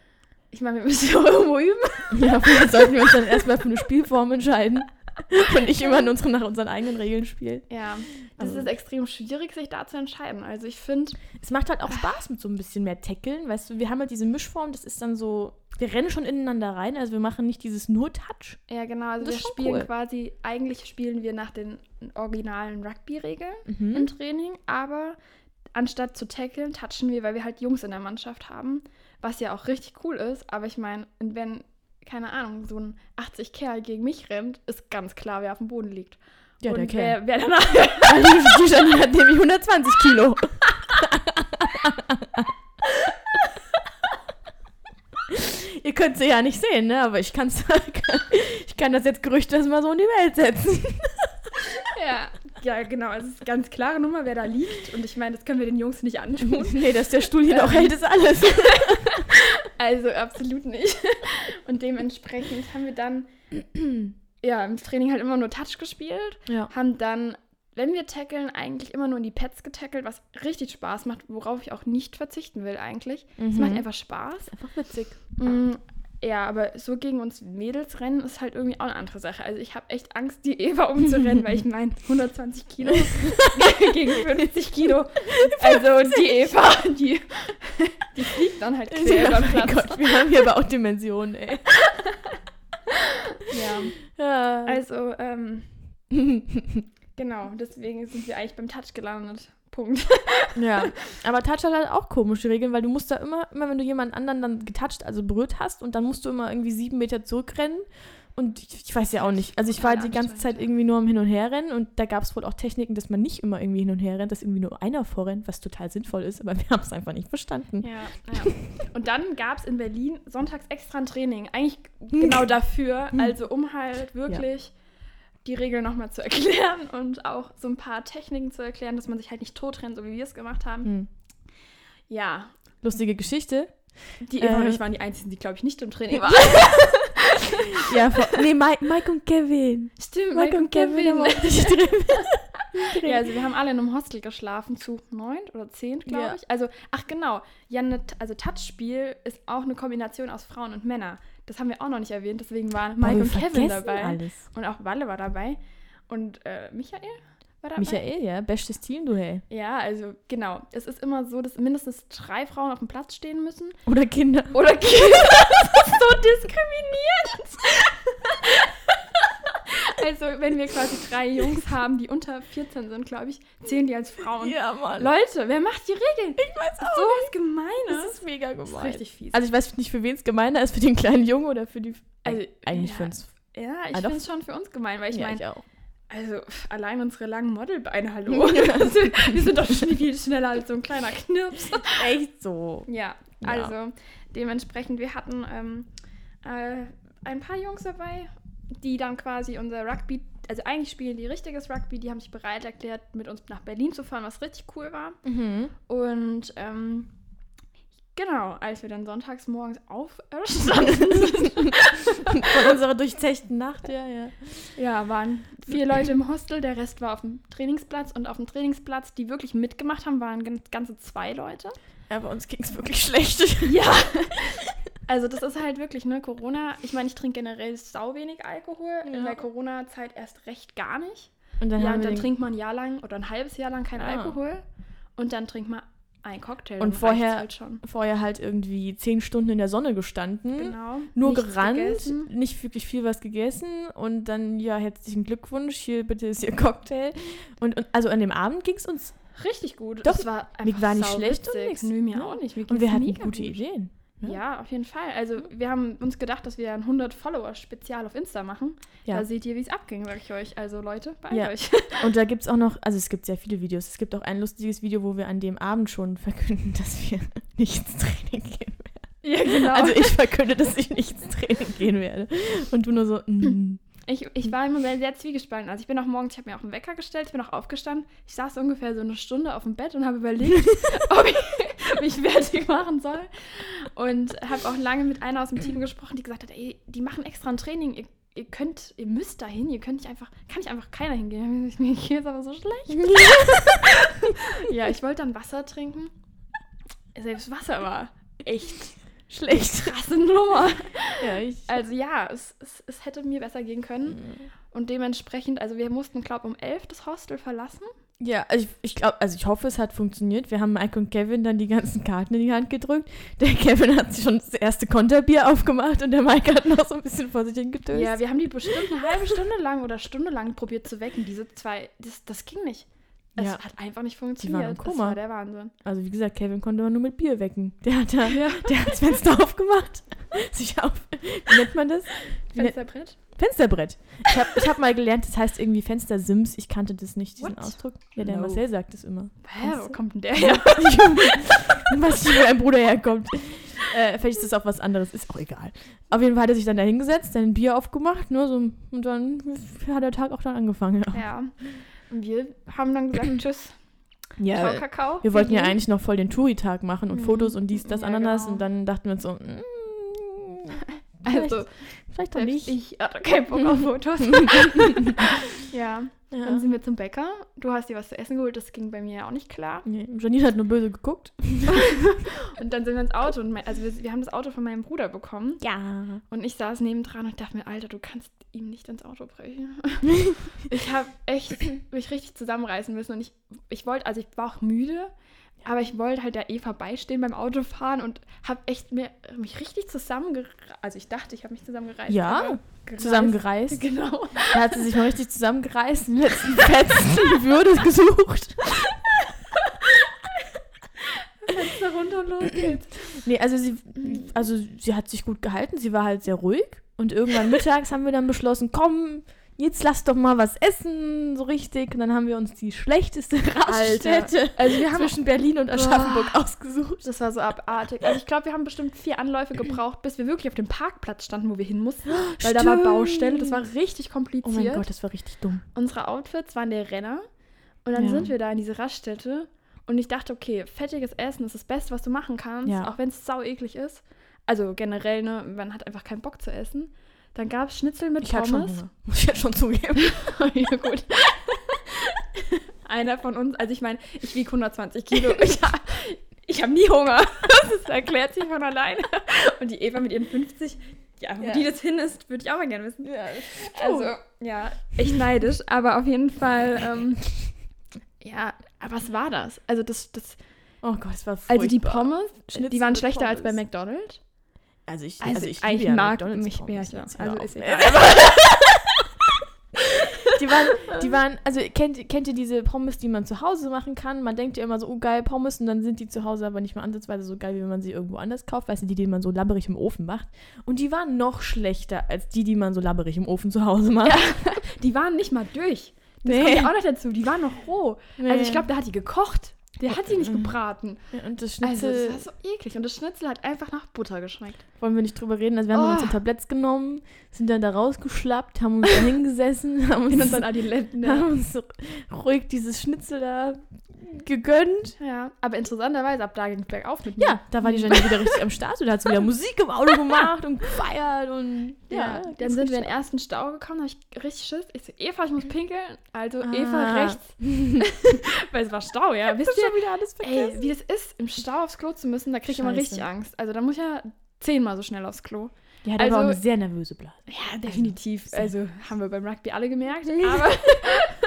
[SPEAKER 2] ich meine, wir müssen ja auch irgendwo üben.
[SPEAKER 1] Ja, vielleicht sollten wir uns dann erstmal für eine Spielform entscheiden und nicht immer in unseren, nach unseren eigenen Regeln spielen.
[SPEAKER 2] Ja, das
[SPEAKER 1] Also-
[SPEAKER 2] ist extrem schwierig, sich da zu entscheiden. Also ich finde,
[SPEAKER 1] Es macht halt auch Spaß mit so ein bisschen mehr Tackeln, weißt du, wir haben halt diese Mischform, das ist dann so, wir rennen schon ineinander rein, also wir machen nicht dieses nur Touch.
[SPEAKER 2] ja genau, also
[SPEAKER 1] Das
[SPEAKER 2] wir
[SPEAKER 1] ist schon
[SPEAKER 2] spielen
[SPEAKER 1] cool.
[SPEAKER 2] quasi, eigentlich spielen wir nach den originalen Rugby-Regeln
[SPEAKER 1] Mhm.
[SPEAKER 2] im Training, aber anstatt zu tackeln, touchen wir, weil wir halt Jungs in der Mannschaft haben, was ja auch richtig cool ist. Aber ich meine, wenn keine Ahnung, so ein 80-Kerl gegen mich rennt, ist ganz klar, wer auf dem Boden liegt.
[SPEAKER 1] Ja, der
[SPEAKER 2] Und
[SPEAKER 1] Kerl.
[SPEAKER 2] Wer, wer danach.
[SPEAKER 1] Die die Janine hat nämlich 120 Kilo. Ihr könnt sie ja nicht sehen, ne? Aber ich, kann's, ich kann das jetzt gerüchtelos mal so in die Welt setzen.
[SPEAKER 2] ja. ja, genau. Es ist ganz klare Nummer, wer da liegt. Und ich meine, das können wir den Jungs nicht antun.
[SPEAKER 1] nee, dass der Stuhl hier noch hält, ist alles.
[SPEAKER 2] Also absolut nicht. Und dementsprechend haben wir dann ja im Training halt immer nur Touch gespielt.
[SPEAKER 1] Ja.
[SPEAKER 2] Haben dann, wenn wir tackeln, eigentlich immer nur in die Pets getackelt, was richtig Spaß macht, worauf ich auch nicht verzichten will eigentlich. Es
[SPEAKER 1] Mhm.
[SPEAKER 2] macht einfach Spaß.
[SPEAKER 1] Einfach witzig.
[SPEAKER 2] Mm, Ja, aber so gegen uns Mädels rennen ist halt irgendwie auch eine andere Sache. Also ich habe echt Angst, die Eva umzurennen, weil ich meine, 120 Kilo gegen 50 Kilo. Also die Eva, die, die fliegt dann halt quer über
[SPEAKER 1] Ja,
[SPEAKER 2] den
[SPEAKER 1] mein
[SPEAKER 2] Platz.
[SPEAKER 1] Gott, wir haben hier aber auch Dimensionen, ey.
[SPEAKER 2] Ja.
[SPEAKER 1] Ja.
[SPEAKER 2] Also, ähm, genau, deswegen sind wir eigentlich beim Touch gelandet. Punkt.
[SPEAKER 1] Ja, aber Touch hat halt auch komische Regeln, weil du musst da immer, immer wenn du jemand anderen dann getoucht, also berührt hast und dann musst du immer irgendwie sieben Meter zurückrennen und ich, ich weiß ja auch nicht, also ich war die ganze Zeit irgendwie nur am Hin und Her rennen und da gab es wohl auch Techniken, dass man nicht immer irgendwie hin und her rennt, dass irgendwie nur einer vorrennt, was total sinnvoll ist, aber wir haben es einfach nicht verstanden.
[SPEAKER 2] Ja, ja. Und dann gab es in Berlin sonntags extra ein Training. Eigentlich
[SPEAKER 1] Hm.
[SPEAKER 2] genau dafür. Also, um halt wirklich die Regeln nochmal zu erklären und auch so ein paar Techniken zu erklären, dass man sich halt nicht totrennt, so wie wir es gemacht haben.
[SPEAKER 1] Hm.
[SPEAKER 2] Ja,
[SPEAKER 1] Lustige Geschichte.
[SPEAKER 2] die Eva und
[SPEAKER 1] Äh.
[SPEAKER 2] ich waren die Einzigen, die, glaube ich, nicht im Training waren.
[SPEAKER 1] Ja, vor- nee, Mike, Mike und Kevin.
[SPEAKER 2] Stimmt,
[SPEAKER 1] Mike und Kevin haben auch nicht drin. drin.
[SPEAKER 2] Ja, also wir haben alle in einem Hostel geschlafen zu neun oder zehn, glaube
[SPEAKER 1] Ja.
[SPEAKER 2] ich. Also, ach genau, Janne, also Touchspiel ist auch eine Kombination aus Frauen und Männern. Das haben wir auch noch nicht erwähnt, deswegen waren
[SPEAKER 1] Boah,
[SPEAKER 2] Mike
[SPEAKER 1] wir
[SPEAKER 2] und Kevin
[SPEAKER 1] vergessen
[SPEAKER 2] dabei.
[SPEAKER 1] Alles.
[SPEAKER 2] Und auch Walle war dabei. Und äh, Michael war dabei.
[SPEAKER 1] Michael, ja, bestes Team, du, hey.
[SPEAKER 2] Ja, also genau. Es ist immer so, dass mindestens drei Frauen auf dem Platz stehen müssen.
[SPEAKER 1] Oder Kinder.
[SPEAKER 2] Oder Kinder. Das ist so diskriminierend. Also, wenn wir quasi drei Jungs haben, die unter 14 sind, glaube ich, zählen die als Frauen.
[SPEAKER 1] Ja, Mann.
[SPEAKER 2] Leute, wer macht die Regeln?
[SPEAKER 1] Ich weiß
[SPEAKER 2] So was Gemeines.
[SPEAKER 1] Ne? Das ist mega gemein.
[SPEAKER 2] fies.
[SPEAKER 1] Also ich weiß nicht, für wen es gemeiner ist, für den kleinen Jungen oder für die...
[SPEAKER 2] Also,
[SPEAKER 1] eigentlich
[SPEAKER 2] ja.
[SPEAKER 1] für uns.
[SPEAKER 2] ja, ich
[SPEAKER 1] Ah, doch.
[SPEAKER 2] finde es schon für uns gemein, weil ich
[SPEAKER 1] ja,
[SPEAKER 2] meine,
[SPEAKER 1] ich auch.
[SPEAKER 2] also pff, allein unsere langen Modelbeine, hallo. Also, wir sind doch schon viel schneller als so ein kleiner Knirps.
[SPEAKER 1] Echt so.
[SPEAKER 2] Ja,
[SPEAKER 1] Ja.
[SPEAKER 2] also dementsprechend, wir hatten ähm, äh, ein paar Jungs dabei, die dann quasi unser Rugby, also eigentlich spielen die richtiges Rugby, die haben sich bereit erklärt, mit uns nach Berlin zu fahren, was richtig cool war.
[SPEAKER 1] Mhm.
[SPEAKER 2] Und ähm, genau, als wir dann sonntags morgens aufstanden,
[SPEAKER 1] Von unserer durchzechten Nacht, ja, ja.
[SPEAKER 2] ja, waren vier Leute im Hostel, der Rest war auf dem Trainingsplatz und auf dem Trainingsplatz, die wirklich mitgemacht haben, waren gan- ganze zwei Leute.
[SPEAKER 1] Ja, bei uns ging es wirklich schlecht.
[SPEAKER 2] Ja. Also das ist halt wirklich, ne, Corona, ich meine, ich trinke generell sau wenig Alkohol, in
[SPEAKER 1] Ja.
[SPEAKER 2] der Corona-Zeit erst recht gar nicht.
[SPEAKER 1] Und dann
[SPEAKER 2] ja,
[SPEAKER 1] haben
[SPEAKER 2] und
[SPEAKER 1] wir
[SPEAKER 2] dann
[SPEAKER 1] den,
[SPEAKER 2] trinkt man ein Jahr lang oder ein halbes Jahr lang keinen
[SPEAKER 1] Ah.
[SPEAKER 2] Alkohol und dann trinkt man einen Cocktail.
[SPEAKER 1] Und
[SPEAKER 2] dann reicht's
[SPEAKER 1] vorher-
[SPEAKER 2] halt schon.
[SPEAKER 1] vorher halt irgendwie zehn Stunden in der Sonne gestanden.
[SPEAKER 2] Genau.
[SPEAKER 1] Hm? Nur
[SPEAKER 2] Nichts
[SPEAKER 1] gerannt,
[SPEAKER 2] gegessen.
[SPEAKER 1] nicht wirklich viel was gegessen und dann, ja, herzlichen Glückwunsch, hier bitte ist Ihr Cocktail. Und, und also an dem Abend ging es uns
[SPEAKER 2] Richtig gut.
[SPEAKER 1] Doch,
[SPEAKER 2] es war einfach
[SPEAKER 1] mir war nicht
[SPEAKER 2] sau
[SPEAKER 1] schlecht und
[SPEAKER 2] witzig.
[SPEAKER 1] nix.
[SPEAKER 2] Nö, mir
[SPEAKER 1] Ja.
[SPEAKER 2] auch nicht. Mir
[SPEAKER 1] und wir
[SPEAKER 2] ging's
[SPEAKER 1] hatten
[SPEAKER 2] mega
[SPEAKER 1] gute
[SPEAKER 2] gut.
[SPEAKER 1] Ideen. ne?
[SPEAKER 2] Ja, auf jeden Fall. Also
[SPEAKER 1] Mhm.
[SPEAKER 2] wir haben uns gedacht, dass wir ein 100 Follower Spezial auf Insta machen.
[SPEAKER 1] Ja.
[SPEAKER 2] Da seht ihr, wie es abging, sag ich euch. Also Leute, bei
[SPEAKER 1] Ja.
[SPEAKER 2] euch.
[SPEAKER 1] Und da gibt es auch noch, also es gibt sehr viele Videos. Es gibt auch ein lustiges Video, wo wir an dem Abend schon verkünden, dass wir nicht ins Training gehen.
[SPEAKER 2] ja, genau.
[SPEAKER 1] Also ich verkünde, dass ich nicht ins Training gehen werde. Und du nur so, mm.
[SPEAKER 2] ich, ich war immer sehr, sehr zwiegespalten. Also ich bin auch morgens, ich habe mir auch einen Wecker gestellt, ich bin auch aufgestanden. Ich saß ungefähr so eine Stunde auf dem Bett und habe überlegt, ob ich mich fertig machen soll. Und habe auch lange mit einer aus dem Team gesprochen, die gesagt hat, ey, die machen extra ein Training. Ihr, ihr könnt, ihr müsst da hin, ihr könnt nicht einfach, kann nicht einfach keiner hingehen. Ich mir hier ist aber so schlecht. ja, ich wollte dann Wasser trinken. Selbst Wasser war echt
[SPEAKER 1] schlecht.
[SPEAKER 2] krasse Nummer.
[SPEAKER 1] Ja, ich,
[SPEAKER 2] Also ja, es, es, es hätte mir besser gehen
[SPEAKER 1] Ähm,
[SPEAKER 2] können. Und dementsprechend, also wir mussten, glaube um elf das Hostel verlassen.
[SPEAKER 1] ja, also ich, ich glaube, also ich hoffe, es hat funktioniert. Wir haben Mike und Kevin dann die ganzen Karten in die Hand gedrückt. Der Kevin hat sich schon das erste Konterbier aufgemacht und der Mike hat noch so ein bisschen vor sich hingedöst.
[SPEAKER 2] Ja, wir haben die bestimmt eine halbe Stunde lang oder Stunde lang probiert zu wecken. Diese zwei, das, das ging nicht. Es
[SPEAKER 1] Ja.
[SPEAKER 2] hat einfach nicht
[SPEAKER 1] im
[SPEAKER 2] funktioniert. Das
[SPEAKER 1] Koma.
[SPEAKER 2] war der Wahnsinn.
[SPEAKER 1] Also wie gesagt, Kevin konnte man nur mit Bier wecken. Der hat da, der hat das Fenster aufgemacht, sich auf, Wie nennt man das? Wie nennt-
[SPEAKER 2] Fensterbrett?
[SPEAKER 1] Fensterbrett. Ich habe ich hab mal gelernt, das heißt irgendwie Fenstersims. Ich kannte das nicht, diesen
[SPEAKER 2] What?
[SPEAKER 1] Ausdruck. Ja, der
[SPEAKER 2] No.
[SPEAKER 1] Marcel sagt das immer.
[SPEAKER 2] Hä, wo
[SPEAKER 1] Fenster-
[SPEAKER 2] kommt denn der her?
[SPEAKER 1] Ich weiß nicht, wo mein Bruder herkommt. Äh, vielleicht ist das auch was anderes, ist auch egal. Auf jeden Fall hat er sich dann da hingesetzt, sein Bier aufgemacht, nur so, und dann hat der Tag auch dann angefangen.
[SPEAKER 2] Ja. Und wir haben dann gesagt, tschüss,
[SPEAKER 1] Ja,
[SPEAKER 2] ciao,
[SPEAKER 1] äh,
[SPEAKER 2] Kakao.
[SPEAKER 1] wir wollten ja
[SPEAKER 2] Mhm.
[SPEAKER 1] eigentlich noch voll den Touri-Tag machen und
[SPEAKER 2] Mhm.
[SPEAKER 1] Fotos und dies, das,
[SPEAKER 2] Ja,
[SPEAKER 1] Ananas.
[SPEAKER 2] genau.
[SPEAKER 1] Und dann dachten wir uns so, mm, vielleicht,
[SPEAKER 2] Also,
[SPEAKER 1] vielleicht doch
[SPEAKER 2] selbst
[SPEAKER 1] nicht.
[SPEAKER 2] ich hatte keinen Bock auf Fotos. ja. Dann
[SPEAKER 1] Ja.
[SPEAKER 2] sind wir zum Bäcker. Du hast dir was zu essen geholt, das ging bei mir auch nicht klar.
[SPEAKER 1] Nee, Janine hat nur böse geguckt.
[SPEAKER 2] Und dann sind wir ins Auto. Und mein, also wir, wir haben das Auto von meinem Bruder bekommen.
[SPEAKER 1] Ja.
[SPEAKER 2] Und ich saß nebendran und dachte mir, Alter, du kannst ihm nicht ins Auto brechen. ich habe echt mich richtig zusammenreißen müssen. Und ich, ich wollte, also ich war auch müde, aber ich wollte halt da eh vorbeistehen beim Autofahren und habe echt mir, mich richtig zusammengereißt. Also ich dachte, ich habe mich zusammengereißt.
[SPEAKER 1] Ja,
[SPEAKER 2] aber gereißt-
[SPEAKER 1] Zusammengereist.
[SPEAKER 2] Genau.
[SPEAKER 1] Da hat sie sich mal richtig zusammengereist, den letzten Fetzen, die Würde gesucht.
[SPEAKER 2] Fenster runter, los geht's.
[SPEAKER 1] Nee, also sie, also sie hat sich gut gehalten, sie war halt sehr ruhig. Und irgendwann mittags haben wir dann beschlossen, komm, jetzt lass doch mal was essen, so richtig. Und dann haben wir uns die schlechteste Raststätte
[SPEAKER 2] Also wir haben
[SPEAKER 1] zwischen Berlin und Aschaffenburg ausgesucht.
[SPEAKER 2] Das war so abartig. Also ich glaube, wir haben bestimmt vier Anläufe gebraucht, bis wir wirklich auf dem Parkplatz standen, wo wir hin mussten. Weil da war
[SPEAKER 1] Stimmt.
[SPEAKER 2] Baustelle, das war richtig
[SPEAKER 1] Oh mein
[SPEAKER 2] kompliziert.
[SPEAKER 1] Gott, das war richtig dumm.
[SPEAKER 2] Unsere Outfits waren der Renner. Und dann
[SPEAKER 1] Ja.
[SPEAKER 2] sind wir da in diese Raststätte. Und ich dachte, okay, fettiges Essen ist das Beste, was du machen kannst,
[SPEAKER 1] Ja.
[SPEAKER 2] auch wenn es sau eklig ist. Also generell, ne, man hat einfach keinen Bock zu essen. Dann gab es Schnitzel mit
[SPEAKER 1] Ich hatte
[SPEAKER 2] Pommes.
[SPEAKER 1] schon Hunger. Muss ich ja schon zugeben.
[SPEAKER 2] ja, gut. Einer von uns, also ich meine, ich wiege 120 Kilo. Ich, ha- ich habe nie Hunger. Das erklärt sich von alleine. Und die Eva mit ihren 50, ja, wo
[SPEAKER 1] Ja.
[SPEAKER 2] die das hin ist, würde ich auch mal gerne wissen.
[SPEAKER 1] Ja,
[SPEAKER 2] Also, ja, ich neidisch, aber auf jeden Fall, ähm, ja, aber was war das? Also, das, das,
[SPEAKER 1] oh Gott, es war furchtbar.
[SPEAKER 2] also die Pommes, die
[SPEAKER 1] Schnitzel
[SPEAKER 2] waren
[SPEAKER 1] mit
[SPEAKER 2] schlechter als bei
[SPEAKER 1] Pommes.
[SPEAKER 2] McDonald's.
[SPEAKER 1] Also ich,
[SPEAKER 2] Also,
[SPEAKER 1] also ich
[SPEAKER 2] eigentlich
[SPEAKER 1] liebe ja
[SPEAKER 2] mag
[SPEAKER 1] McDonald's
[SPEAKER 2] mich
[SPEAKER 1] Pommes,
[SPEAKER 2] wer, ja.
[SPEAKER 1] jetzt hör
[SPEAKER 2] Also
[SPEAKER 1] auf.
[SPEAKER 2] ist egal.
[SPEAKER 1] Die waren, die waren, also kennt, kennt ihr diese Pommes, die man zu Hause machen kann? Man denkt ja immer so, oh geil, Pommes, und dann sind die zu Hause aber nicht mal ansatzweise so geil, wie wenn man sie irgendwo anders kauft. Weißt du, die, die man so labberig im Ofen macht. Und die waren noch schlechter als die, die man so labberig im Ofen zu Hause macht.
[SPEAKER 2] Die waren nicht mal durch. Das
[SPEAKER 1] Nee.
[SPEAKER 2] kommt ja auch noch dazu. Die waren noch roh. Also ich
[SPEAKER 1] Nee.
[SPEAKER 2] glaube, da hat die gekocht. Der hat sie nicht gebraten.
[SPEAKER 1] Und das
[SPEAKER 2] Also
[SPEAKER 1] Schnitzel,
[SPEAKER 2] Mm. das war so eklig. Und das Schnitzel hat einfach nach Butter geschmeckt.
[SPEAKER 1] wollen wir nicht drüber reden. Also wir haben
[SPEAKER 2] Oh.
[SPEAKER 1] uns ein Tablett genommen, sind dann da rausgeschlappt, haben uns da hingesessen, haben
[SPEAKER 2] In unseren
[SPEAKER 1] uns,
[SPEAKER 2] Adiletten. ne? Ja.
[SPEAKER 1] haben uns so ruhig dieses Schnitzel da gegönnt.
[SPEAKER 2] ja. Aber interessanterweise, ab da ging es bergauf mit mir.
[SPEAKER 1] Ja, da war die Janine wieder richtig am Start und da hat sie wieder Musik im Auto gemacht und gefeiert und
[SPEAKER 2] Ja,
[SPEAKER 1] ja.
[SPEAKER 2] dann sind wir in den ersten Stau gekommen, da habe ich richtig Schiss. Ich so, Eva, ich muss pinkeln. Also Eva
[SPEAKER 1] Ah.
[SPEAKER 2] rechts. Weil es war Stau, ja. Wisst
[SPEAKER 1] Bist du
[SPEAKER 2] ihr,
[SPEAKER 1] schon wieder alles vergessen?
[SPEAKER 2] ey, wie das ist, im Stau aufs Klo zu müssen, da kriege ich immer
[SPEAKER 1] Scheiße.
[SPEAKER 2] richtig Angst. Also da muss ich ja zehnmal so schnell aufs Klo.
[SPEAKER 1] ja, da war
[SPEAKER 2] also-
[SPEAKER 1] auch eine sehr nervöse Blase.
[SPEAKER 2] Ja, definitiv.
[SPEAKER 1] sehr
[SPEAKER 2] Also, haben wir beim Rugby alle gemerkt. Aber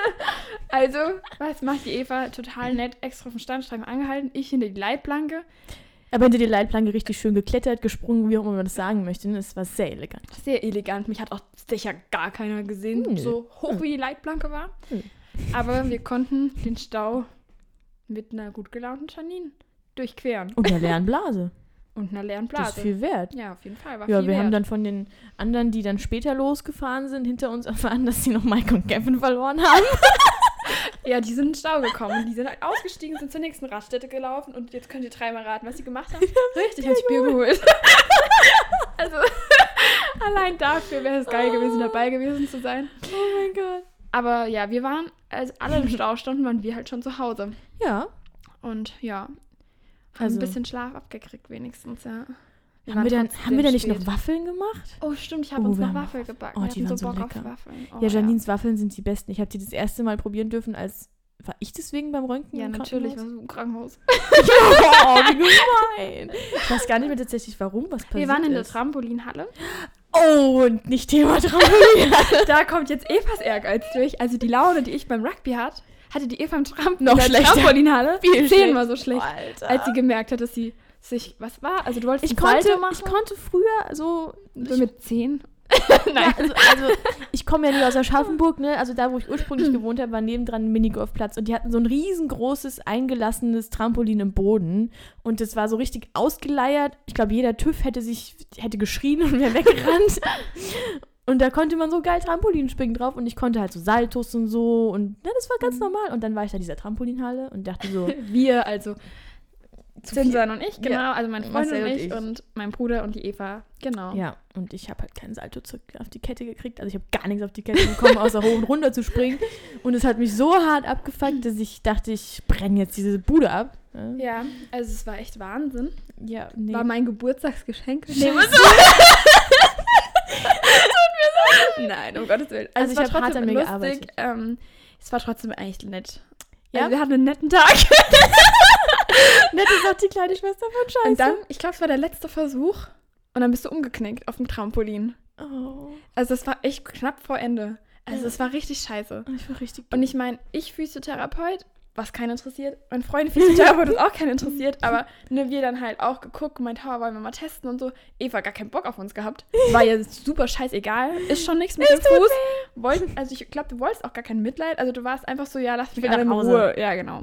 [SPEAKER 2] also, was macht die Eva? Total
[SPEAKER 1] Mhm.
[SPEAKER 2] nett, extra auf dem Standstreifen angehalten, ich hinter die Leitplanke.
[SPEAKER 1] Aber hinter die Leitplanke richtig schön geklettert, gesprungen, wie auch immer man das sagen möchte. ne? Es war sehr elegant.
[SPEAKER 2] Sehr elegant. Mich hat auch sicher gar keiner gesehen,
[SPEAKER 1] Nö. Hm.
[SPEAKER 2] so hoch wie die Leitplanke war.
[SPEAKER 1] Nö.
[SPEAKER 2] Aber wir konnten den Stau mit einer gut gelaunten Janine durchqueren
[SPEAKER 1] Und eine leeren Blase.
[SPEAKER 2] und einer leeren
[SPEAKER 1] Das ist
[SPEAKER 2] Blase.
[SPEAKER 1] viel wert.
[SPEAKER 2] Ja, auf jeden Fall. War
[SPEAKER 1] Ja,
[SPEAKER 2] viel
[SPEAKER 1] wir
[SPEAKER 2] wert.
[SPEAKER 1] haben dann von den anderen, die dann später losgefahren sind, hinter uns erfahren, dass sie noch Mike und Kevin verloren haben.
[SPEAKER 2] ja, die sind in den Stau gekommen. Die sind halt ausgestiegen, sind zur nächsten Raststätte gelaufen und jetzt könnt ihr dreimal raten, was sie gemacht haben. Richtig, haben sich Bier geholt. also, allein dafür wäre es geil
[SPEAKER 1] Ah.
[SPEAKER 2] gewesen, dabei gewesen zu sein.
[SPEAKER 1] Oh mein Gott.
[SPEAKER 2] Aber ja, wir waren, also alle im Stau standen, waren wir halt schon zu Hause.
[SPEAKER 1] Ja.
[SPEAKER 2] Und ja, haben
[SPEAKER 1] Also-
[SPEAKER 2] ein bisschen Schlaf abgekriegt wenigstens, ja.
[SPEAKER 1] Haben wir, dann,
[SPEAKER 2] waren
[SPEAKER 1] haben wir dann nicht
[SPEAKER 2] trotzdem
[SPEAKER 1] noch Waffeln gemacht?
[SPEAKER 2] spät. Oh, stimmt, ich habe
[SPEAKER 1] Oh,
[SPEAKER 2] uns
[SPEAKER 1] wir
[SPEAKER 2] noch
[SPEAKER 1] haben noch
[SPEAKER 2] Waffel gebacken.
[SPEAKER 1] Oh,
[SPEAKER 2] wir
[SPEAKER 1] die
[SPEAKER 2] hatten
[SPEAKER 1] waren
[SPEAKER 2] so
[SPEAKER 1] so
[SPEAKER 2] Bock auf
[SPEAKER 1] lecker.
[SPEAKER 2] Waffeln. Oh,
[SPEAKER 1] ja, Janines Waffeln sind die besten. Ich habe die das erste Mal probieren dürfen, als war ich deswegen beim Röntgen
[SPEAKER 2] Ja, ja
[SPEAKER 1] im
[SPEAKER 2] natürlich,
[SPEAKER 1] Krankenhaus?
[SPEAKER 2] wir sind im Krankenhaus.
[SPEAKER 1] oh, wie gemein. Ich weiß gar nicht mehr tatsächlich, warum, was passiert
[SPEAKER 2] Wir waren in der
[SPEAKER 1] ist.
[SPEAKER 2] Trampolinhalle.
[SPEAKER 1] Oh, und nicht Thema Trampolin.
[SPEAKER 2] Da kommt jetzt Evas Ehrgeiz durch. Also die Laune, die ich beim Rugby hatte, hatte die Eva im Tramp
[SPEAKER 1] Noch
[SPEAKER 2] in der
[SPEAKER 1] schlechter.
[SPEAKER 2] Trampolinhalle. Zehnmal so schlecht.
[SPEAKER 1] Alter.
[SPEAKER 2] Als sie gemerkt hat, dass sie sich, was war? Also du wolltest
[SPEAKER 1] ich,
[SPEAKER 2] einen Salto
[SPEAKER 1] konnte, ich
[SPEAKER 2] machen?
[SPEAKER 1] konnte früher so...
[SPEAKER 2] so mit zehn.
[SPEAKER 1] Nein. Ja, also, also ich komme ja nicht aus Aschaffenburg, ne? Also da, wo ich ursprünglich gewohnt habe, war nebendran ein Minigolfplatz und die hatten so ein riesengroßes, eingelassenes Trampolin im Boden und das war so richtig ausgeleiert. Ich glaube, jeder TÜV hätte sich, hätte geschrien und wäre weggerannt. Und da konnte man so geil Trampolin springen drauf und ich konnte halt so Saltos und so und ja, das war ganz normal. Und dann war ich da in dieser Trampolinhalle und dachte so,
[SPEAKER 2] Wir, also
[SPEAKER 1] zu viel-
[SPEAKER 2] Zinsan und ich, genau. Also mein Freund
[SPEAKER 1] Marcel
[SPEAKER 2] und
[SPEAKER 1] und
[SPEAKER 2] ich
[SPEAKER 1] ich.
[SPEAKER 2] und mein Bruder und die Eva, genau.
[SPEAKER 1] Ja, und ich habe halt keinen Salto zurück auf die Kette gekriegt. Also ich habe gar nichts auf die Kette bekommen, außer hoch und runter zu springen. Und es hat mich so hart abgefuckt, dass ich dachte, ich brenne jetzt diese Bude ab. Ja,
[SPEAKER 2] Ja, also es war echt Wahnsinn.
[SPEAKER 1] ja nee.
[SPEAKER 2] War mein Geburtstagsgeschenk.
[SPEAKER 1] Nee, was-
[SPEAKER 2] Nein, um Gottes Willen.
[SPEAKER 1] Also
[SPEAKER 2] es
[SPEAKER 1] ich
[SPEAKER 2] war
[SPEAKER 1] hab hart
[SPEAKER 2] trotzdem
[SPEAKER 1] an mir
[SPEAKER 2] lustig,
[SPEAKER 1] gearbeitet.
[SPEAKER 2] Ähm, es war trotzdem eigentlich nett.
[SPEAKER 1] Ja?
[SPEAKER 2] Also wir hatten einen netten Tag.
[SPEAKER 1] Nett ist auch die kleine Schwester von Scheiße.
[SPEAKER 2] Und dann, ich glaube, es war der letzte Versuch. Und dann bist du umgeknickt auf dem Trampolin.
[SPEAKER 1] oh,
[SPEAKER 2] Also es war echt knapp vor Ende. Also es war richtig scheiße.
[SPEAKER 1] ich war richtig
[SPEAKER 2] Und ich meine, ich Physiotherapeut, was keinen interessiert. Mein Freund Physiotherapeut, was auch keinen interessiert. Aber ne, wir dann halt auch geguckt, meint, ha, wollen wir mal testen und so. Eva gar keinen Bock auf uns gehabt. War ja super scheißegal. Ist schon nichts mit dem
[SPEAKER 1] tut
[SPEAKER 2] Fuß. Wollten, also ich glaube, du wolltest auch gar kein Mitleid. Also du warst einfach so, ja, lass mich
[SPEAKER 1] will
[SPEAKER 2] alle in
[SPEAKER 1] nach Hause.
[SPEAKER 2] Ruhe. Ja, genau.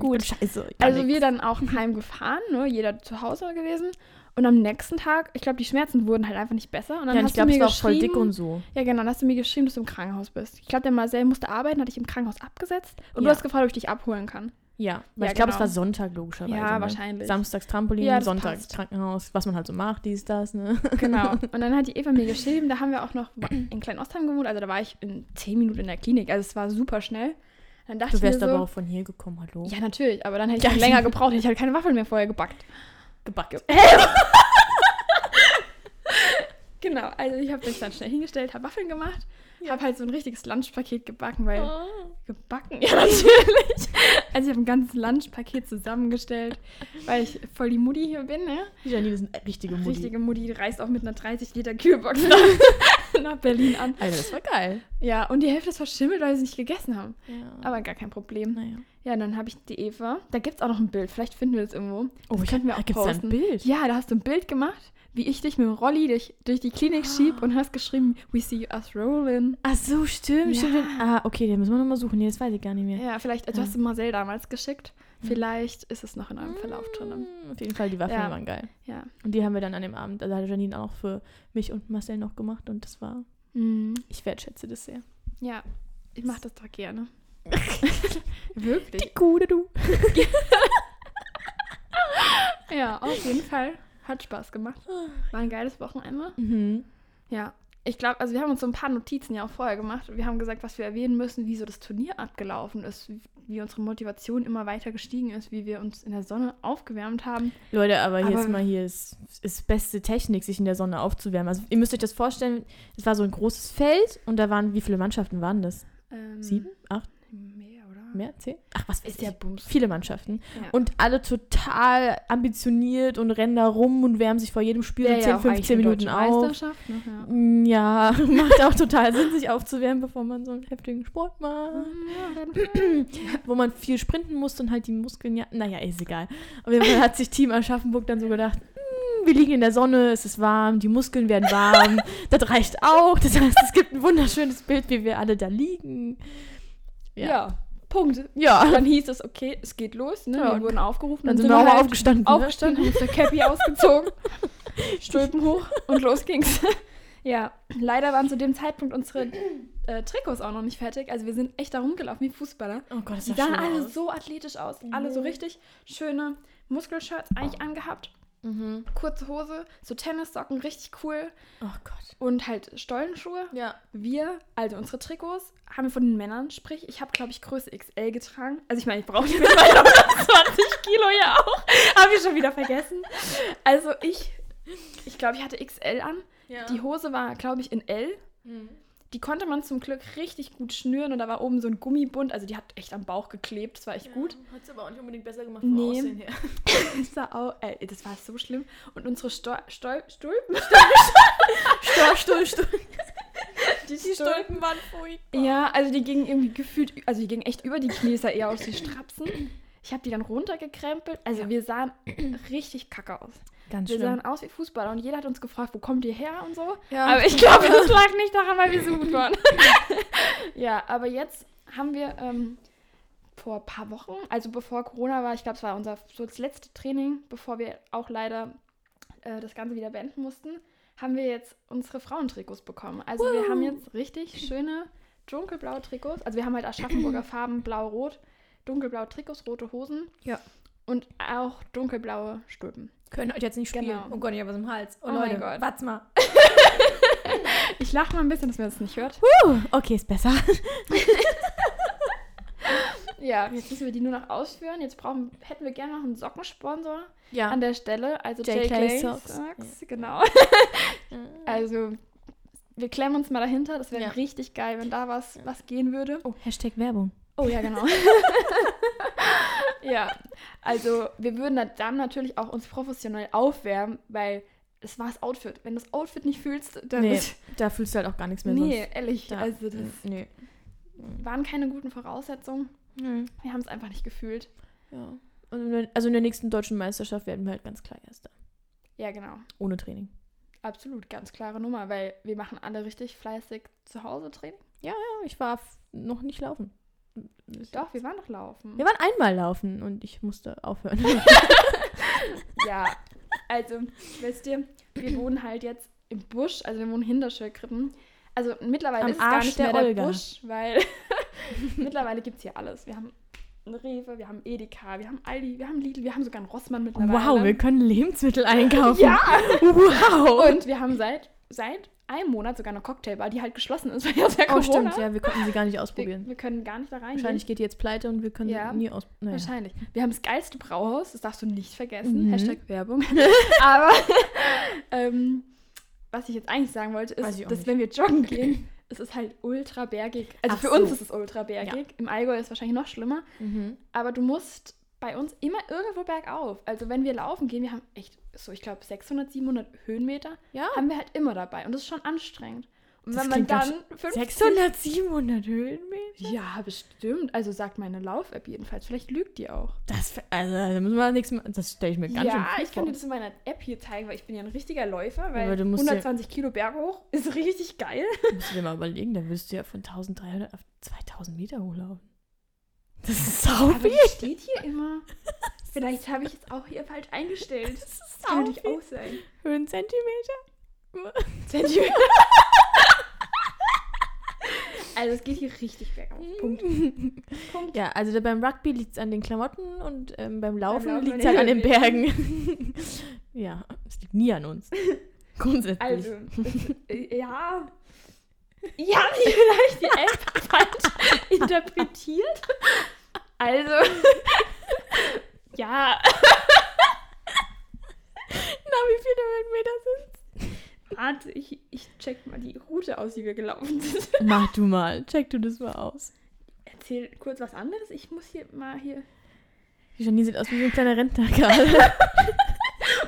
[SPEAKER 1] gut. Scheiße. gar
[SPEAKER 2] Also
[SPEAKER 1] nichts.
[SPEAKER 2] wir dann auch heimgefahren, ne? jeder zu Hause gewesen. Und am nächsten Tag, ich glaube, die Schmerzen wurden halt einfach nicht besser. Und dann
[SPEAKER 1] ja, und
[SPEAKER 2] hast
[SPEAKER 1] ich glaube,
[SPEAKER 2] du
[SPEAKER 1] es
[SPEAKER 2] mir
[SPEAKER 1] war auch voll dick
[SPEAKER 2] geschrieben-
[SPEAKER 1] und so.
[SPEAKER 2] Ja, genau, dann hast du mir geschrieben, dass du im Krankenhaus bist. Ich glaube, der Marcel musste arbeiten, hatte ich im Krankenhaus abgesetzt. Und du
[SPEAKER 1] Ja.
[SPEAKER 2] hast gefragt, ob ich dich abholen kann.
[SPEAKER 1] Ja,
[SPEAKER 2] Ja,
[SPEAKER 1] weil ich glaube,
[SPEAKER 2] genau.
[SPEAKER 1] es war Sonntag logischerweise.
[SPEAKER 2] Ja,
[SPEAKER 1] ne?
[SPEAKER 2] wahrscheinlich.
[SPEAKER 1] Samstags Trampolin,
[SPEAKER 2] Ja, das
[SPEAKER 1] Sonntag
[SPEAKER 2] passt.
[SPEAKER 1] Krankenhaus, was man halt so macht, dies, das, ne?
[SPEAKER 2] Genau. Und dann hat die Eva mir geschrieben, da haben wir auch noch in Klein-Ostheim gewohnt. Also da war ich in zehn Minuten in der Klinik. Also es war super schnell. Dann dachte
[SPEAKER 1] Du wärst
[SPEAKER 2] ich mir so,
[SPEAKER 1] aber auch von hier gekommen, hallo.
[SPEAKER 2] Ja, natürlich, aber dann hätte ich
[SPEAKER 1] Ja,
[SPEAKER 2] auch länger gebraucht. Ich hätte keine Waffeln mehr vorher gebackt.
[SPEAKER 1] Gebackt.
[SPEAKER 2] Genau, also ich habe mich dann schnell hingestellt, habe Waffeln gemacht, habe halt so ein richtiges Lunchpaket gebacken, weil gebacken, ja natürlich. Also ich habe ein ganzes Lunchpaket zusammengestellt, weil ich voll die Mutti hier bin, ne?
[SPEAKER 1] Die Janine ist eine richtige Mutti.
[SPEAKER 2] Richtige Mutti, die reist auch mit einer 30 Liter Kühlbox nach, nach Berlin an.
[SPEAKER 1] Alter, das war geil.
[SPEAKER 2] Ja, und die Hälfte ist verschimmelt, weil sie es nicht gegessen haben.
[SPEAKER 1] Ja.
[SPEAKER 2] Aber gar kein Problem.
[SPEAKER 1] naja.
[SPEAKER 2] Ja, dann habe ich die Eva. Da gibt es auch noch ein Bild. Vielleicht finden wir das irgendwo.
[SPEAKER 1] Oh,
[SPEAKER 2] das
[SPEAKER 1] ich-
[SPEAKER 2] könnten wir
[SPEAKER 1] ah,
[SPEAKER 2] auch
[SPEAKER 1] gibt's da ein
[SPEAKER 2] posten.
[SPEAKER 1] Bild?
[SPEAKER 2] Ja, da hast du ein Bild gemacht, wie ich dich mit dem Rolli durch, durch die Klinik schieb und hast geschrieben, we see us rolling.
[SPEAKER 1] Ach so, stimmt,
[SPEAKER 2] Ja.
[SPEAKER 1] stimmt. Ah, okay, den müssen wir nochmal suchen. Nee, das weiß ich gar nicht mehr.
[SPEAKER 2] Ja, vielleicht, also hast du Marcel damals geschickt. Vielleicht ist es noch in eurem Verlauf drin.
[SPEAKER 1] Mm, Auf jeden Fall, die Waffeln
[SPEAKER 2] Ja.
[SPEAKER 1] waren geil.
[SPEAKER 2] Ja.
[SPEAKER 1] Und die haben wir dann an dem Abend, also hat Janine auch für mich und Marcel noch gemacht und das war,
[SPEAKER 2] Mhm.
[SPEAKER 1] ich wertschätze das sehr.
[SPEAKER 2] Ja, ich mache das doch gerne. Wirklich?
[SPEAKER 1] Gute du.
[SPEAKER 2] Ja, auf jeden Fall. Hat Spaß gemacht. War ein geiles Wochenende.
[SPEAKER 1] Mhm.
[SPEAKER 2] Ja. Ich glaube, also wir haben uns so ein paar Notizen ja auch vorher gemacht. Wir haben gesagt, was wir erwähnen müssen, wie so das Turnier abgelaufen ist, wie- wie unsere Motivation immer weiter gestiegen ist, wie wir uns in der Sonne aufgewärmt haben.
[SPEAKER 1] Leute, aber hier
[SPEAKER 2] Aber-
[SPEAKER 1] ist mal hier ist, ist beste Technik, sich in der Sonne aufzuwärmen. Also ihr müsst euch das vorstellen, es war so ein großes Feld und da waren, wie viele Mannschaften waren das?
[SPEAKER 2] Ähm,
[SPEAKER 1] Sieben, acht,
[SPEAKER 2] Mehr, oder?
[SPEAKER 1] mehr, zehn? Ach, was weiß
[SPEAKER 2] Ist ja
[SPEAKER 1] ich.
[SPEAKER 2] Bums.
[SPEAKER 1] Viele Mannschaften.
[SPEAKER 2] Ja.
[SPEAKER 1] Und alle total ambitioniert und rennen da rum und wärmen sich vor jedem Spiel
[SPEAKER 2] Wäre
[SPEAKER 1] so 10,
[SPEAKER 2] ja auch eigentlich
[SPEAKER 1] 15
[SPEAKER 2] eine
[SPEAKER 1] Minuten
[SPEAKER 2] deutsche
[SPEAKER 1] auf.
[SPEAKER 2] Meisterschaft, ne? Ja.
[SPEAKER 1] Mm, Ja, macht auch total Sinn, sich aufzuwärmen, bevor man so einen heftigen Sport macht. Wo man viel sprinten muss und halt die Muskeln ja. Naja, ist egal. Auf jeden Fall hat sich Team Aschaffenburg dann so gedacht, "Mm, wir liegen in der Sonne, es ist warm, die Muskeln werden warm, das reicht auch. Das heißt, es gibt ein wunderschönes Bild, wie wir alle da liegen.
[SPEAKER 2] ja.
[SPEAKER 1] Ja.
[SPEAKER 2] Punkt.
[SPEAKER 1] Ja,
[SPEAKER 2] Dann hieß es, okay, es geht los. Ne?
[SPEAKER 1] Ja,
[SPEAKER 2] wir
[SPEAKER 1] und
[SPEAKER 2] wurden aufgerufen.
[SPEAKER 1] dann sind wir auch
[SPEAKER 2] halt
[SPEAKER 1] aufgestanden. ne?
[SPEAKER 2] aufgestanden, haben uns der Cappy ausgezogen, Stülpen hoch und los ging's. Ja, leider waren zu dem Zeitpunkt unsere äh, Trikots auch noch nicht fertig. Also wir sind echt da rumgelaufen wie Fußballer.
[SPEAKER 1] Oh Gott, das
[SPEAKER 2] Die
[SPEAKER 1] sah
[SPEAKER 2] sahen
[SPEAKER 1] schön
[SPEAKER 2] alle
[SPEAKER 1] aus.
[SPEAKER 2] so athletisch aus. Mhm. Alle so richtig schöne Muskelshirts eigentlich angehabt.
[SPEAKER 1] Mhm.
[SPEAKER 2] Kurze Hose, so Tennissocken, richtig cool.
[SPEAKER 1] Oh Gott.
[SPEAKER 2] Und halt Stollenschuhe.
[SPEAKER 1] Ja.
[SPEAKER 2] Wir, also unsere Trikots, haben wir von den Männern, sprich, ich habe, glaube ich, Größe XL getragen. Also ich meine, ich brauche nicht mehr 20 Kilo ja auch. Habe ich schon wieder vergessen. Also ich, ich glaube, ich hatte XL an.
[SPEAKER 1] Ja.
[SPEAKER 2] Die Hose war, glaube ich, in L. Die konnte man zum Glück richtig gut schnüren und da war oben so ein Gummibund. Also die hat echt am Bauch geklebt. Das war echt gut.
[SPEAKER 1] Hat es aber auch nicht unbedingt besser gemacht
[SPEAKER 2] vom Nee. Aussehen
[SPEAKER 1] her.
[SPEAKER 2] Das war, auch, äh, das war so schlimm. Und unsere Sto Stol
[SPEAKER 1] Stuhl,
[SPEAKER 2] Stulpen,
[SPEAKER 1] Stuhl, Stuhl.
[SPEAKER 2] die,
[SPEAKER 1] waren furchtbar.
[SPEAKER 2] Ja, also die gingen irgendwie gefühlt, ü- also die gingen echt über die Knie, es sah eher aus wie Strapsen. Ich habe die dann runtergekrempelt. Also wir sahen richtig kacke aus.
[SPEAKER 1] Ganz
[SPEAKER 2] wir
[SPEAKER 1] schlimm.
[SPEAKER 2] sahen aus wie Fußballer und jeder hat uns gefragt, wo kommt ihr her und so.
[SPEAKER 3] Ja.
[SPEAKER 2] Aber ich glaube, das lag nicht daran, weil wir so gut waren. ja, aber jetzt haben wir ähm, vor ein paar Wochen, also bevor Corona war, ich glaube, es war unser so das letzte Training, bevor wir auch leider äh, das Ganze wieder beenden mussten, haben wir jetzt unsere Frauentrikots bekommen. Also wir haben jetzt richtig schöne dunkelblaue Trikots. Also wir haben halt Aschaffenburger Farben, blau-rot, dunkelblaue Trikots, rote Hosen.
[SPEAKER 3] Ja.
[SPEAKER 2] Und auch dunkelblaue Stulpen.
[SPEAKER 1] Können euch jetzt nicht spielen.
[SPEAKER 2] Genau.
[SPEAKER 1] Oh Gott, ich habe was im Hals. Oh,
[SPEAKER 2] Oh mein
[SPEAKER 1] Leute,
[SPEAKER 2] Gott.
[SPEAKER 1] wart's mal.
[SPEAKER 2] Ich lache mal ein bisschen, dass man das nicht hört.
[SPEAKER 1] Puh, Uh, okay, ist besser.
[SPEAKER 2] Ja, jetzt müssen wir die nur noch ausführen. Jetzt brauchen, hätten wir gerne noch einen Sockensponsor
[SPEAKER 1] Ja.
[SPEAKER 2] an der Stelle. Also
[SPEAKER 1] J.
[SPEAKER 2] J.
[SPEAKER 1] Clay
[SPEAKER 2] Clay
[SPEAKER 1] Socks.
[SPEAKER 2] Socks. Genau. Also wir klemmen uns mal dahinter. Das wäre
[SPEAKER 3] Ja.
[SPEAKER 2] richtig geil, wenn da was, was gehen würde.
[SPEAKER 1] Oh, Hashtag Werbung.
[SPEAKER 2] Oh ja, genau. ja, also wir würden da- dann natürlich auch uns professionell aufwärmen, weil das war das Outfit. Wenn du das Outfit nicht fühlst, dann
[SPEAKER 1] Nee,
[SPEAKER 2] ist,
[SPEAKER 1] da fühlst du halt auch gar nichts mehr
[SPEAKER 2] nee
[SPEAKER 1] sonst.
[SPEAKER 2] ehrlich,
[SPEAKER 1] Da.
[SPEAKER 2] also das
[SPEAKER 1] Nee.
[SPEAKER 2] waren keine guten Voraussetzungen.
[SPEAKER 1] nee.
[SPEAKER 2] Wir haben es einfach nicht gefühlt.
[SPEAKER 1] Ja. Und in der- Also in der nächsten deutschen Meisterschaft werden wir halt ganz klar Erster.
[SPEAKER 2] Ja, genau.
[SPEAKER 1] Ohne Training.
[SPEAKER 2] Absolut, ganz klare Nummer, weil wir machen alle richtig fleißig zu Hause Training.
[SPEAKER 1] Ja, ich war f- noch nicht laufen. Hm.
[SPEAKER 2] Doch, wir waren doch laufen.
[SPEAKER 1] Wir waren einmal laufen und ich musste aufhören.
[SPEAKER 2] Ja, also, wisst ihr, wir wohnen halt jetzt im Busch, also wir wohnen hinter Schildkrippen. Also mittlerweile
[SPEAKER 1] Am
[SPEAKER 2] ist es gar
[SPEAKER 1] Arsch
[SPEAKER 2] nicht
[SPEAKER 1] der
[SPEAKER 2] mehr der
[SPEAKER 1] Olga.
[SPEAKER 2] Busch, weil mittlerweile gibt es hier alles. Wir haben einen Rewe, wir haben Edeka, wir haben Aldi, wir haben Lidl, wir haben sogar einen Rossmann
[SPEAKER 1] Wow, wir
[SPEAKER 2] mittlerweile.
[SPEAKER 1] können Lebensmittel einkaufen.
[SPEAKER 2] Ja!
[SPEAKER 1] Wow!
[SPEAKER 2] Und wir haben seit, seit einem Monat sogar eine Cocktailbar, die halt geschlossen ist, weil ja sehr
[SPEAKER 1] oh,
[SPEAKER 2] Corona.
[SPEAKER 1] stimmt, ja, wir konnten sie gar nicht
[SPEAKER 2] wir,
[SPEAKER 1] ausprobieren.
[SPEAKER 2] wir können gar nicht da rein.
[SPEAKER 1] Wahrscheinlich geht die jetzt pleite und wir können
[SPEAKER 2] Ja.
[SPEAKER 1] sie nie aus. Naja.
[SPEAKER 2] Wahrscheinlich. Wir haben das geilste Brauhaus, das darfst du nicht vergessen.
[SPEAKER 1] Mhm.
[SPEAKER 2] Hashtag Werbung. Aber ähm, was ich jetzt eigentlich sagen wollte,
[SPEAKER 1] Weiß
[SPEAKER 2] ist,
[SPEAKER 1] ich auch
[SPEAKER 2] dass
[SPEAKER 1] nicht.
[SPEAKER 2] wenn wir joggen gehen, es ist halt ultra bergig. Also
[SPEAKER 1] Ach
[SPEAKER 2] für
[SPEAKER 1] so.
[SPEAKER 2] uns ist es ultra bergig. Im Allgäu ist es wahrscheinlich noch schlimmer.
[SPEAKER 1] Mhm.
[SPEAKER 2] Aber du musst bei uns immer irgendwo bergauf. Also wenn wir laufen gehen, wir haben echt so, ich glaube, 600, 700 Höhenmeter,
[SPEAKER 1] Ja.
[SPEAKER 2] haben wir halt immer dabei. Und das ist schon anstrengend. Und
[SPEAKER 1] Das
[SPEAKER 2] wenn man
[SPEAKER 1] klingt ganz
[SPEAKER 2] dann 50
[SPEAKER 1] 600, 700 Höhenmeter?
[SPEAKER 2] ja, bestimmt. Also sagt meine Lauf-App jedenfalls. Vielleicht lügt die auch.
[SPEAKER 1] Das, f- also, da müssen wir nichts mehr. Das stelle ich mir ganz schön
[SPEAKER 2] ja,
[SPEAKER 1] viel
[SPEAKER 2] ich kann dir
[SPEAKER 1] vor.
[SPEAKER 2] das in meiner App hier zeigen, weil ich bin ja ein richtiger Läufer,
[SPEAKER 1] Aber
[SPEAKER 2] weil
[SPEAKER 1] du musst ja-
[SPEAKER 2] 120 Kilo Berge hoch ist richtig geil.
[SPEAKER 1] Das musst du dir mal überlegen. Da würdest du ja von 1300 auf 2000 Meter hochlaufen. Das ist sau
[SPEAKER 2] Aber
[SPEAKER 1] viel.
[SPEAKER 2] die steht hier immer. Vielleicht habe ich es auch hier falsch eingestellt.
[SPEAKER 1] Das ist
[SPEAKER 2] Kann
[SPEAKER 1] sau
[SPEAKER 2] natürlich
[SPEAKER 1] viel.
[SPEAKER 2] auch sein.
[SPEAKER 1] Höhenzentimeter?
[SPEAKER 2] Zentimeter. Also es geht hier richtig bergauf. Punkt. Punkt.
[SPEAKER 1] Mhm. Ja, also da- beim Rugby liegt es an den Klamotten und ähm, beim Laufen
[SPEAKER 2] Laufen
[SPEAKER 1] liegt es
[SPEAKER 2] an
[SPEAKER 1] halt
[SPEAKER 2] den
[SPEAKER 1] an den Bergen. ja, es liegt nie an uns. Grundsätzlich.
[SPEAKER 2] Also, es, äh, ja. Ich habe hier vielleicht die App falsch interpretiert. Also, ja.
[SPEAKER 1] Na, wie viele Höhenmeter sind
[SPEAKER 2] Warte, ich, ich check mal die Route aus, die wir gelaufen sind.
[SPEAKER 1] Mach du mal. Check du das mal aus.
[SPEAKER 2] Erzähl kurz was anderes. Ich muss hier mal hier.
[SPEAKER 1] Die Janine sieht aus wie so ein kleiner Rentner gerade.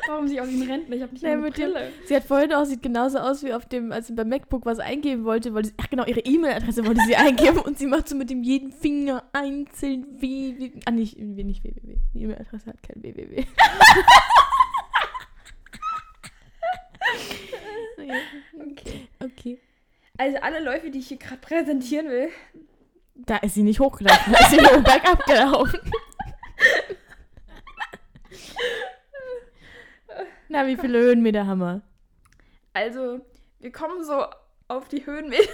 [SPEAKER 2] Warum sie aus dem Rentner? Ich habe nicht
[SPEAKER 1] Nein,
[SPEAKER 2] mal eine
[SPEAKER 1] mit dem-
[SPEAKER 2] Brille.
[SPEAKER 1] sie hat vorhin auch, sieht genauso aus wie auf dem, als sie beim MacBook was eingeben wollte, wollte sie, ach genau, ihre E-Mail-Adresse wollte sie eingeben und sie macht so mit dem jeden Finger einzeln wie, wie ah, nicht, wie, nicht www. Die E-Mail-Adresse hat kein www.
[SPEAKER 2] Okay.
[SPEAKER 1] Okay.
[SPEAKER 2] Also alle Läufe, die ich hier gerade präsentieren will.
[SPEAKER 1] Da ist sie nicht hochgelaufen, da ist sie nur bergab gelaufen. Na, wie viele Höhenmeter haben wir?
[SPEAKER 2] Also, wir kommen so auf die Höhenmeter.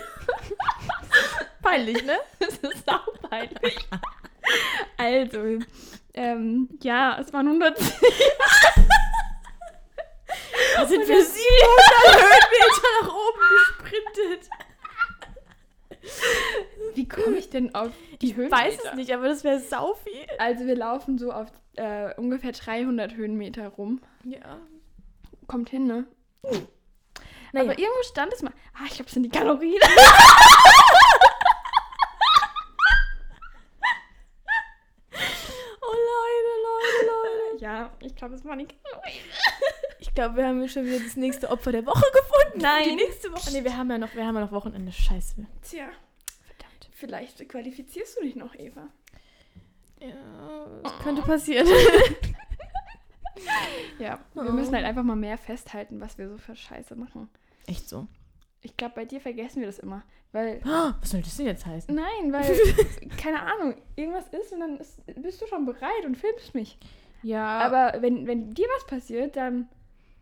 [SPEAKER 1] Peinlich, ne?
[SPEAKER 2] Das ist saupeinlich. Also, ähm, ja, es waren 100.
[SPEAKER 1] Da sind wir 700 Höhenmeter nach oben gesprintet.
[SPEAKER 2] Wie komme ich denn auf die
[SPEAKER 1] Ich
[SPEAKER 2] Höhenmeter?
[SPEAKER 1] weiß es nicht, aber das wäre sau viel.
[SPEAKER 2] Also, wir laufen so auf äh, ungefähr 300 Höhenmeter rum.
[SPEAKER 1] Ja.
[SPEAKER 2] Kommt hin, ne?
[SPEAKER 1] Naja.
[SPEAKER 2] Aber irgendwo stand es mal. Ah, ich glaube, es sind die Kalorien.
[SPEAKER 1] Oh Leute, Leute,
[SPEAKER 2] Genau.
[SPEAKER 1] Leute.
[SPEAKER 2] ja, ich glaube, es waren die Kalorien.
[SPEAKER 1] Ich glaube, wir haben schon wieder das nächste Opfer der Woche gefunden.
[SPEAKER 2] Nein.
[SPEAKER 1] Die nächste Woche. Nee, wir haben ja noch, wir haben ja noch Wochenende. Scheiße.
[SPEAKER 2] Tja, verdammt. Vielleicht qualifizierst du dich noch, Eva.
[SPEAKER 1] Oh. Ja, das könnte passieren.
[SPEAKER 2] Ja, wir müssen halt einfach mal mehr festhalten, was wir so für Scheiße machen.
[SPEAKER 1] Echt so.
[SPEAKER 2] Ich glaube, bei dir vergessen wir das immer. Weil,
[SPEAKER 1] Ah, Was soll das denn jetzt heißen?
[SPEAKER 2] nein, weil, keine Ahnung, irgendwas ist und dann ist, bist du schon bereit und filmst mich.
[SPEAKER 1] Ja,
[SPEAKER 2] Aber wenn, wenn dir was passiert, dann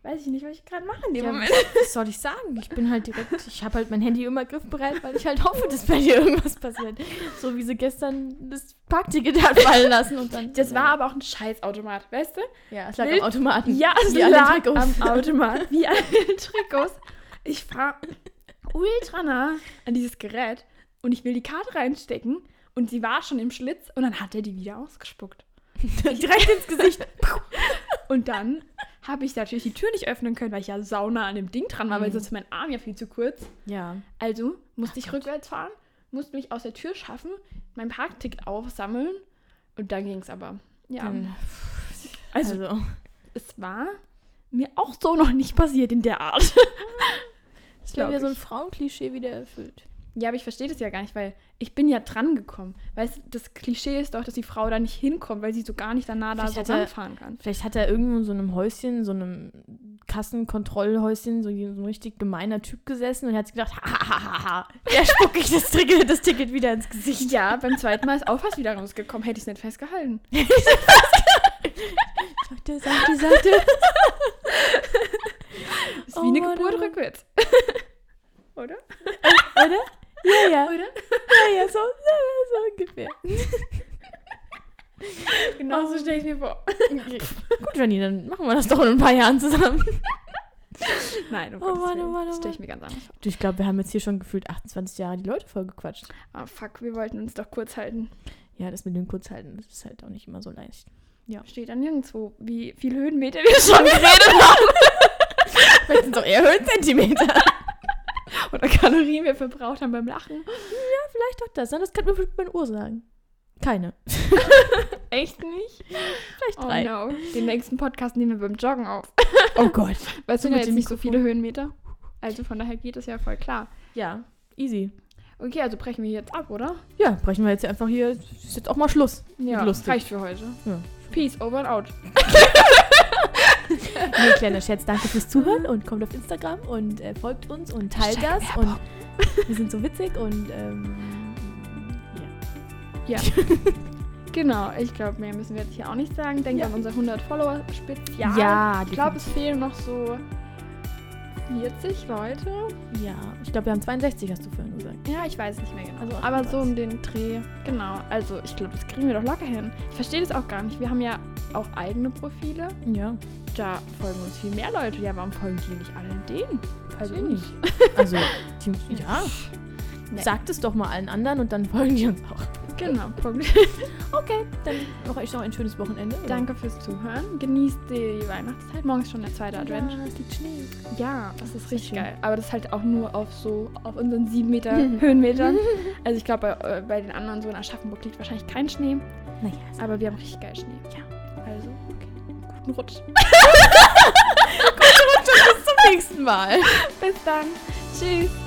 [SPEAKER 2] weiß ich nicht, was ich gerade mache in dem
[SPEAKER 1] ja,
[SPEAKER 2] Moment.
[SPEAKER 1] was- was soll ich sagen? Ich bin halt direkt, ich habe halt mein Handy immer griffbereit, weil ich halt hoffe, dass bei dir irgendwas passiert. So wie sie gestern das Parkticket hat fallen lassen und dann.
[SPEAKER 2] Das war aber auch ein Scheißautomat, weißt du?
[SPEAKER 1] Ja, es lag
[SPEAKER 2] wild.
[SPEAKER 1] am Automaten.
[SPEAKER 2] Ja, es
[SPEAKER 1] Wie alle
[SPEAKER 2] lag
[SPEAKER 1] Trikots.
[SPEAKER 2] am Automat, wie alle Trikots. Ich fahre ultra nah an dieses Gerät und ich will die Karte reinstecken und sie war schon im Schlitz und dann hat er die wieder ausgespuckt.
[SPEAKER 1] direkt ins Gesicht.
[SPEAKER 2] Und dann habe ich natürlich die Tür nicht öffnen können, weil ich ja sauna an dem Ding dran
[SPEAKER 1] Mhm.
[SPEAKER 2] war, weil sonst mein Arm ja viel zu kurz.
[SPEAKER 1] Ja.
[SPEAKER 2] Also musste
[SPEAKER 1] Oh
[SPEAKER 2] ich rückwärts fahren, musste mich aus der Tür schaffen, mein Parkticket aufsammeln und dann ging es aber. Ja,
[SPEAKER 1] Dann-
[SPEAKER 2] also
[SPEAKER 1] also.
[SPEAKER 2] es war mir auch so noch nicht passiert in der Art.
[SPEAKER 1] Das
[SPEAKER 2] glaub
[SPEAKER 1] wäre wieder so ein
[SPEAKER 2] ich.
[SPEAKER 1] Frauenklischee wieder erfüllt.
[SPEAKER 2] Ja, aber ich verstehe das ja gar nicht, weil ich bin ja dran gekommen. Weißt du, das Klischee ist doch, dass die Frau da nicht hinkommt, weil sie so gar nicht danach da so
[SPEAKER 1] Vielleicht hat er-
[SPEAKER 2] ranfahren kann.
[SPEAKER 1] Vielleicht hat er irgendwo in so einem Häuschen, so einem Kassenkontrollhäuschen, so ein so ein richtig gemeiner Typ gesessen und hat sich gedacht, hahaha, der spucke ich das Ticket, das Ticket wieder ins Gesicht.
[SPEAKER 2] Ja, beim zweiten Mal ist auch was wieder rausgekommen, hätte ich es nicht festgehalten.
[SPEAKER 1] Sagte, sagte, sagte.
[SPEAKER 2] Ist
[SPEAKER 1] Oh
[SPEAKER 2] wie eine
[SPEAKER 1] Mann,
[SPEAKER 2] Geburt
[SPEAKER 1] oh Mann.
[SPEAKER 2] rückwärts. Oder?
[SPEAKER 1] Oder? Ja, ja.
[SPEAKER 2] Oder?
[SPEAKER 1] Ja, ja, so, so ungefähr.
[SPEAKER 2] Genau so stelle ich mir vor.
[SPEAKER 1] Gut, Janine, dann machen wir das doch in ein paar Jahren zusammen.
[SPEAKER 2] Nein, um
[SPEAKER 1] Oh
[SPEAKER 2] Gottes
[SPEAKER 1] Mann, oh
[SPEAKER 2] Willen.
[SPEAKER 1] Mann, oh
[SPEAKER 2] das stelle ich
[SPEAKER 1] Mann.
[SPEAKER 2] mir ganz anders vor.
[SPEAKER 1] Du, ich glaube, wir haben jetzt hier schon gefühlt 28 Jahre die Leute vollgequatscht.
[SPEAKER 2] Ah, fuck, wir wollten uns doch kurz halten.
[SPEAKER 1] Ja, das mit dem Kurzhalten, das ist halt auch nicht immer so leicht.
[SPEAKER 2] Steht dann nirgendwo, wie viel Höhenmeter wir schon geredet
[SPEAKER 1] Vielleicht sind es auch eher Höhenzentimeter.
[SPEAKER 2] haben. Oder Kalorien wir verbraucht haben beim Lachen.
[SPEAKER 1] Vielleicht doch das, ne? das kann mir bestimmt meine Uhr sagen. Keine.
[SPEAKER 2] Echt nicht?
[SPEAKER 1] Vielleicht
[SPEAKER 2] Oh
[SPEAKER 1] drei.
[SPEAKER 2] no. Den nächsten Podcast nehmen wir beim Joggen auf.
[SPEAKER 1] Oh Gott.
[SPEAKER 2] Weil es
[SPEAKER 1] So
[SPEAKER 2] sind
[SPEAKER 1] mit
[SPEAKER 2] ja jetzt
[SPEAKER 1] dem
[SPEAKER 2] nicht so viele Höhenmeter. Also von daher geht es ja voll klar.
[SPEAKER 1] Ja, easy.
[SPEAKER 2] Okay, also brechen wir jetzt ab, oder?
[SPEAKER 1] Ja, brechen wir jetzt hier einfach hier. Ist jetzt auch mal Schluss.
[SPEAKER 2] Ja,
[SPEAKER 1] Lustig.
[SPEAKER 2] reicht für heute.
[SPEAKER 1] Ja.
[SPEAKER 2] Peace, over and out.
[SPEAKER 1] Nee, kleiner Scherz, danke fürs Zuhören und kommt auf Instagram und äh, folgt uns und teilt
[SPEAKER 2] Hashtag
[SPEAKER 1] das. Und wir sind so witzig und ähm,
[SPEAKER 2] Genau, ich glaube, mehr müssen wir jetzt hier auch nicht sagen. Denkt
[SPEAKER 1] Ja.
[SPEAKER 2] an unser 100-Follower-Spezial.
[SPEAKER 1] ja,
[SPEAKER 2] Ich glaube, es fehlen noch so 40 Leute.
[SPEAKER 1] definitiv. ja, ich glaube, wir haben 62, hast du vorhin gesagt.
[SPEAKER 2] Ja, ich weiß nicht mehr genau.
[SPEAKER 1] Also
[SPEAKER 2] Aber so
[SPEAKER 1] 38.
[SPEAKER 2] um den Dreh. Genau, also ich glaube, das kriegen wir doch locker hin. Ich verstehe das auch gar nicht. Wir haben ja auch eigene Profile.
[SPEAKER 1] Ja,
[SPEAKER 2] Da folgen uns viel mehr Leute. Ja, warum folgen die nicht alle denen?
[SPEAKER 1] also nicht. Also, die, ja.
[SPEAKER 2] Nee.
[SPEAKER 1] Sagt es doch mal allen anderen und dann folgen die uns auch.
[SPEAKER 2] Genau, Punkt.
[SPEAKER 1] Okay, dann noch euch noch ein schönes Wochenende. oder?
[SPEAKER 2] Danke fürs Zuhören. Genießt die Weihnachtszeit. Morgen ist schon der zweite Advent.
[SPEAKER 1] Ja, es liegt Schnee.
[SPEAKER 2] Ja, das ist richtig
[SPEAKER 1] schön.
[SPEAKER 2] geil. Aber das ist halt auch nur auf so, auf unseren sieben Meter Höhenmetern. Also ich glaube, bei, äh, bei den anderen so in Aschaffenburg liegt wahrscheinlich kein Schnee.
[SPEAKER 1] Naja, es
[SPEAKER 2] Aber wir haben richtig geil Schnee. Ja. Also, okay. Guten Rutsch.
[SPEAKER 1] bis zum nächsten Mal.
[SPEAKER 2] Bis dann. Tschüss.